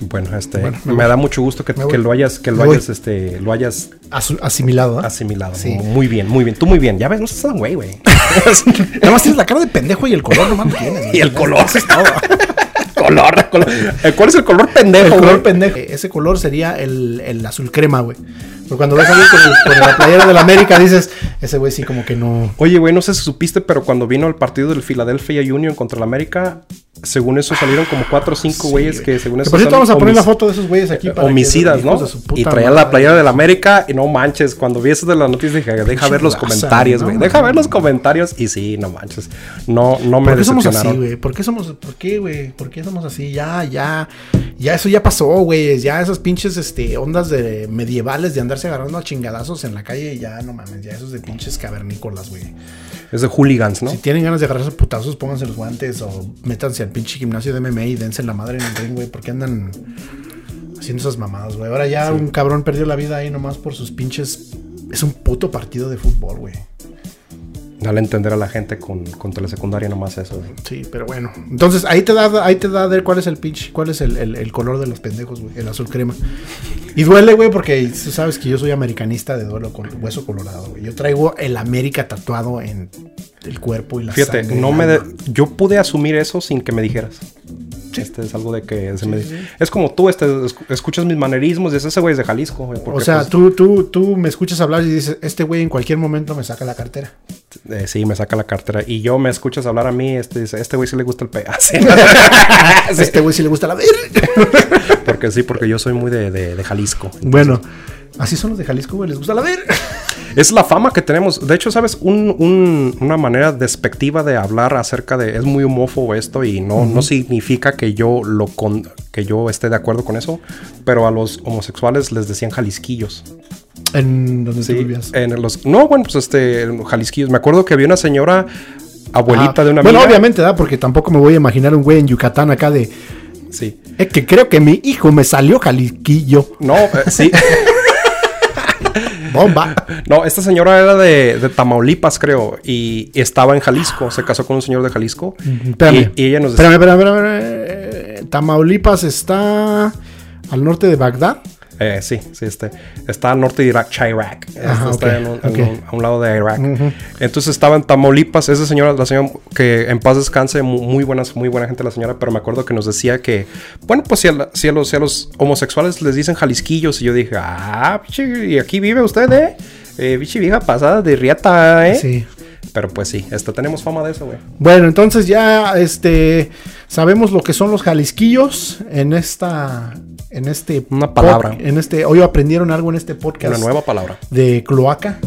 Bueno, este, bueno, me, me da mucho gusto que, que lo hayas, que lo hayas, este, lo hayas As asimilado. ¿ah? ¿eh? Asimilado. Sí. Muy bien, muy bien. Tú muy bien. Ya ves, no estás güey, *laughs* güey. Nada más tienes la cara de pendejo y el color nomás lo tienes. y el color. *laughs* color, color. Eh, ¿Cuál es el color pendejo? El color wey? pendejo. E-, Ese color sería el, el azul crema, güey. Pero cuando ves a alguien con, la playera de la América, dices, ese güey sí como que no. Oye, güey, no sé si supiste, pero cuando vino el partido del Philadelphia Union contra el América, según eso salieron como cuatro o cinco güeyes sí, que según eso. Por cierto, vamos a poner la foto de esos güeyes aquí. Para homicidas, ¿no? Y traían la playera de la América y no manches. Cuando vi eso de las noticias dije, deja ver los raza, comentarios, güey. No, deja ver los comentarios y sí, no manches. No, no me ¿Por qué somos así, güey? ¿Por qué somos, por qué, güey? ¿Por qué somos así? Ya, ya, ya eso ya pasó, güey. Ya esas pinches este, ondas de medievales de andar se agarrando a chingadazos en la calle, ya no mames, ya esos de pinches cavernícolas, güey. Es de hooligans, ¿no? Si tienen ganas de agarrarse putazos, pónganse los guantes o métanse al pinche gimnasio de MMA y dense la madre en el ring, güey, porque andan haciendo esas mamadas, güey. Ahora ya sí. un cabrón perdió la vida ahí nomás por sus pinches. Es un puto partido de fútbol, güey. Dale a entender a la gente con, con telesecundaria nomás eso. Güey. Sí, pero bueno. Entonces ahí te da, ahí te da a ver cuál es el pinche, cuál es el, el, el, color de los pendejos, güey. El azul crema. Y duele, güey, porque tú sabes que yo soy americanista de duelo con hueso colorado, güey. Yo traigo el América tatuado en el cuerpo y la Fíjate, sangre no me de, yo pude asumir eso sin que me dijeras. Este es algo de que se me Es como tú, este, es- escuchas mis manerismos y dices, ese güey es de Jalisco. güey, O porque, sea, pues, tú, tú, tú me escuchas hablar y dices, este güey en cualquier momento me saca la cartera. eh, sí, me saca la cartera. Y yo me escuchas hablar a mí, este dice, este güey sí le gusta *laughs* el pedazo. *laughs* Este güey sí le gusta la ver. porque sí, porque yo soy muy de, de- de Jalisco. Bueno, así son los de Jalisco, güey, les gusta la ver. *laughs* Es la fama que tenemos. De hecho, ¿sabes? Un- un- una manera despectiva de hablar acerca de... Es muy homófobo esto y no, no significa que yo, lo con- que yo esté de acuerdo con eso. Pero a los homosexuales les decían jalisquillos. En donde tú Sí, vivías. en los... No, bueno, pues este... Jalisquillos. Me acuerdo que había una señora... Abuelita Ah, de una Bueno, amiga. obviamente, ¿da? Porque tampoco me voy a imaginar un güey en Yucatán acá de. Sí. Es que creo que mi hijo me salió jalisquillo. No, eh, *laughs* sí. *laughs* Bomba. No, esta señora era de, de Tamaulipas, creo, y estaba en Jalisco. Se casó con un señor de Jalisco. Espérame. Y, y ella nos decía, espérame, espérame, espérame, espérame. Eh, Tamaulipas está al norte de Bagdad. eh, sí, sí, este, está al norte de Irak, Chirac. Este, Ajá, está ok, en un- en ok. un- a un lado de Irak. Entonces estaba en Tamaulipas. Esa señora, la señora que en paz descanse, mu- muy, buenas, muy buena gente la señora, pero me acuerdo que nos decía que, bueno, pues si a, la- si a los, si a los homosexuales les dicen jalisquillos, y yo dije, ah, pichi, y aquí vive usted, ¿eh? Eh, bichi vieja pasada de riata, ¿eh? Sí. Pero pues sí, este, tenemos fama de eso, güey. Bueno, entonces ya este sabemos lo que son los jalisquillos en esta en este Una palabra. pod- en este hoy aprendieron algo en este podcast Una nueva palabra. de cloaca.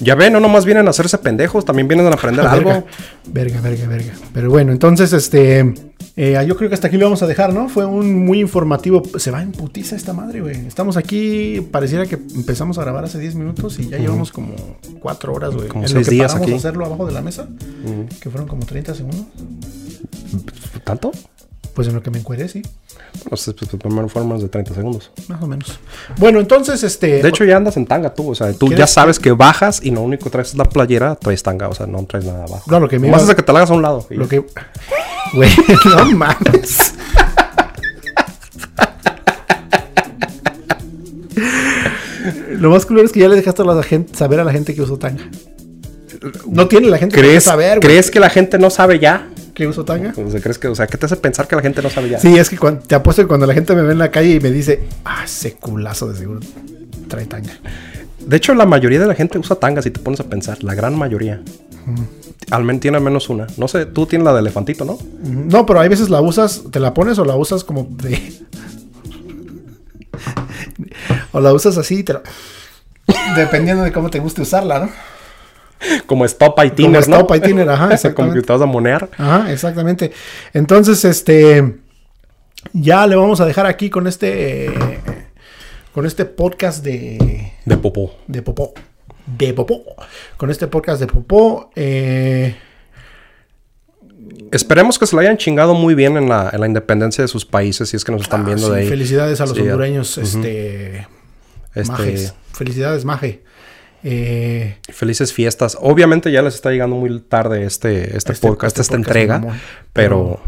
Ya ven, no nomás vienen a hacerse pendejos, también vienen a *laughs* aprender Verga, algo. verga, verga, verga. Pero bueno, entonces este eh, yo creo que hasta aquí lo vamos a dejar, ¿no? Fue un muy informativo. Se va en putiza esta madre, güey. Estamos aquí, pareciera que empezamos a grabar hace 10 minutos y ya llevamos como 4 horas, güey. Como En lo seis que días paramos aquí. a hacerlo abajo de la mesa, que fueron como 30 segundos. ¿Tanto? Pues en lo que me encueré, sí. No sé, pues pues, primero fueron menos de 30 segundos. Más o menos. Bueno, entonces, este. De hecho, ya andas en tanga tú, o sea, tú ya ¿Quieres- sabes que bajas y lo único que traes es la playera, traes tanga, o sea, no traes nada abajo. No, lo que me Nomás iba- es de que te la hagas a un lado. y lo ya. que. Güey, *laughs* no mames. Lo más culero es que ya le dejaste a la gente saber a la gente que usó tanga. No tiene la gente que ¿Crees, saber, güey, ¿Crees que la gente no sabe ya? que usó tanga. O sea, ¿crees que, o sea, ¿qué te hace pensar que la gente no sabe ya? Sí, es que cuan- te apuesto que cuando la gente me ve en la calle y me dice, ah, ese culazo de seguro trae tanga. De hecho, la mayoría de la gente usa tanga, si te pones a pensar, la gran mayoría. Al menos tiene al menos una. No sé, tú tienes la de elefantito, ¿no? Ujú. No, pero hay veces la usas, te la pones o la usas como de. *laughs* o la usas así, te la- *coughs* dependiendo de cómo te guste usarla, ¿no? Como stop y tiner, ¿no? stop y tiner, ajá, *laughs* O sea, Como que exactamente. te vas a monear. Ajá, exactamente. Entonces, este. Ya le vamos a dejar aquí con este. eh, con este podcast de. De popó. de Popó. De Popó. Con este podcast de Popó. eh, Esperemos que se la hayan chingado muy bien en la, en la independencia de sus países, si es que nos están viendo Ah, sí, de ahí. Felicidades a los Sí, ya. hondureños. Este. Este, Majes. Felicidades, Maje. Eh, felices fiestas. Obviamente ya les está llegando muy tarde este, este, Este- podcast, este podcast, esta entrega, mamón. pero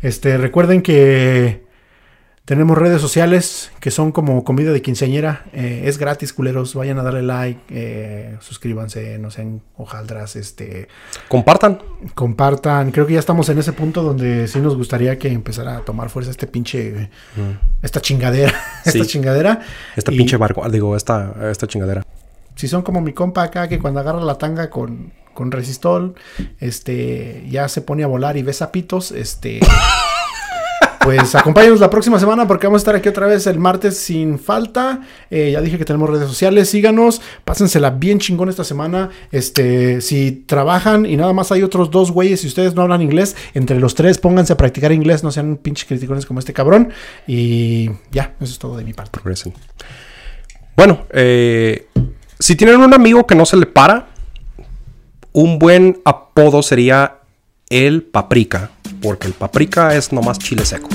Este, recuerden que tenemos redes sociales que son como comida de quinceañera. eh, es gratis, culeros. Vayan a darle like, eh, suscríbanse, no sean hojaldras, este, compartan. compartan. Creo que ya estamos en ese punto donde sí nos gustaría que empezara a tomar fuerza este pinche, esta chingadera, *laughs* Mm. Sí. esta chingadera. Esta Y este pinche barco, digo, esta, esta chingadera. Si son como mi compa acá que cuando agarra la tanga con con resistol, este, ya se pone a volar y ve sapitos, este. Pues acompáñenos la próxima semana porque vamos a estar aquí otra vez el martes sin falta. Eh, ya dije que tenemos redes sociales, síganos, pásensela bien chingón esta semana. Este, si trabajan y nada más hay otros dos güeyes y ustedes no hablan inglés, entre los tres pónganse a practicar inglés, no sean pinches criticones como este cabrón. Y ya, eso es todo de mi parte. Progresen. Bueno, eh, si tienen un amigo que no se le para, un buen apodo sería el paprika, porque el paprika es nomás chile seco.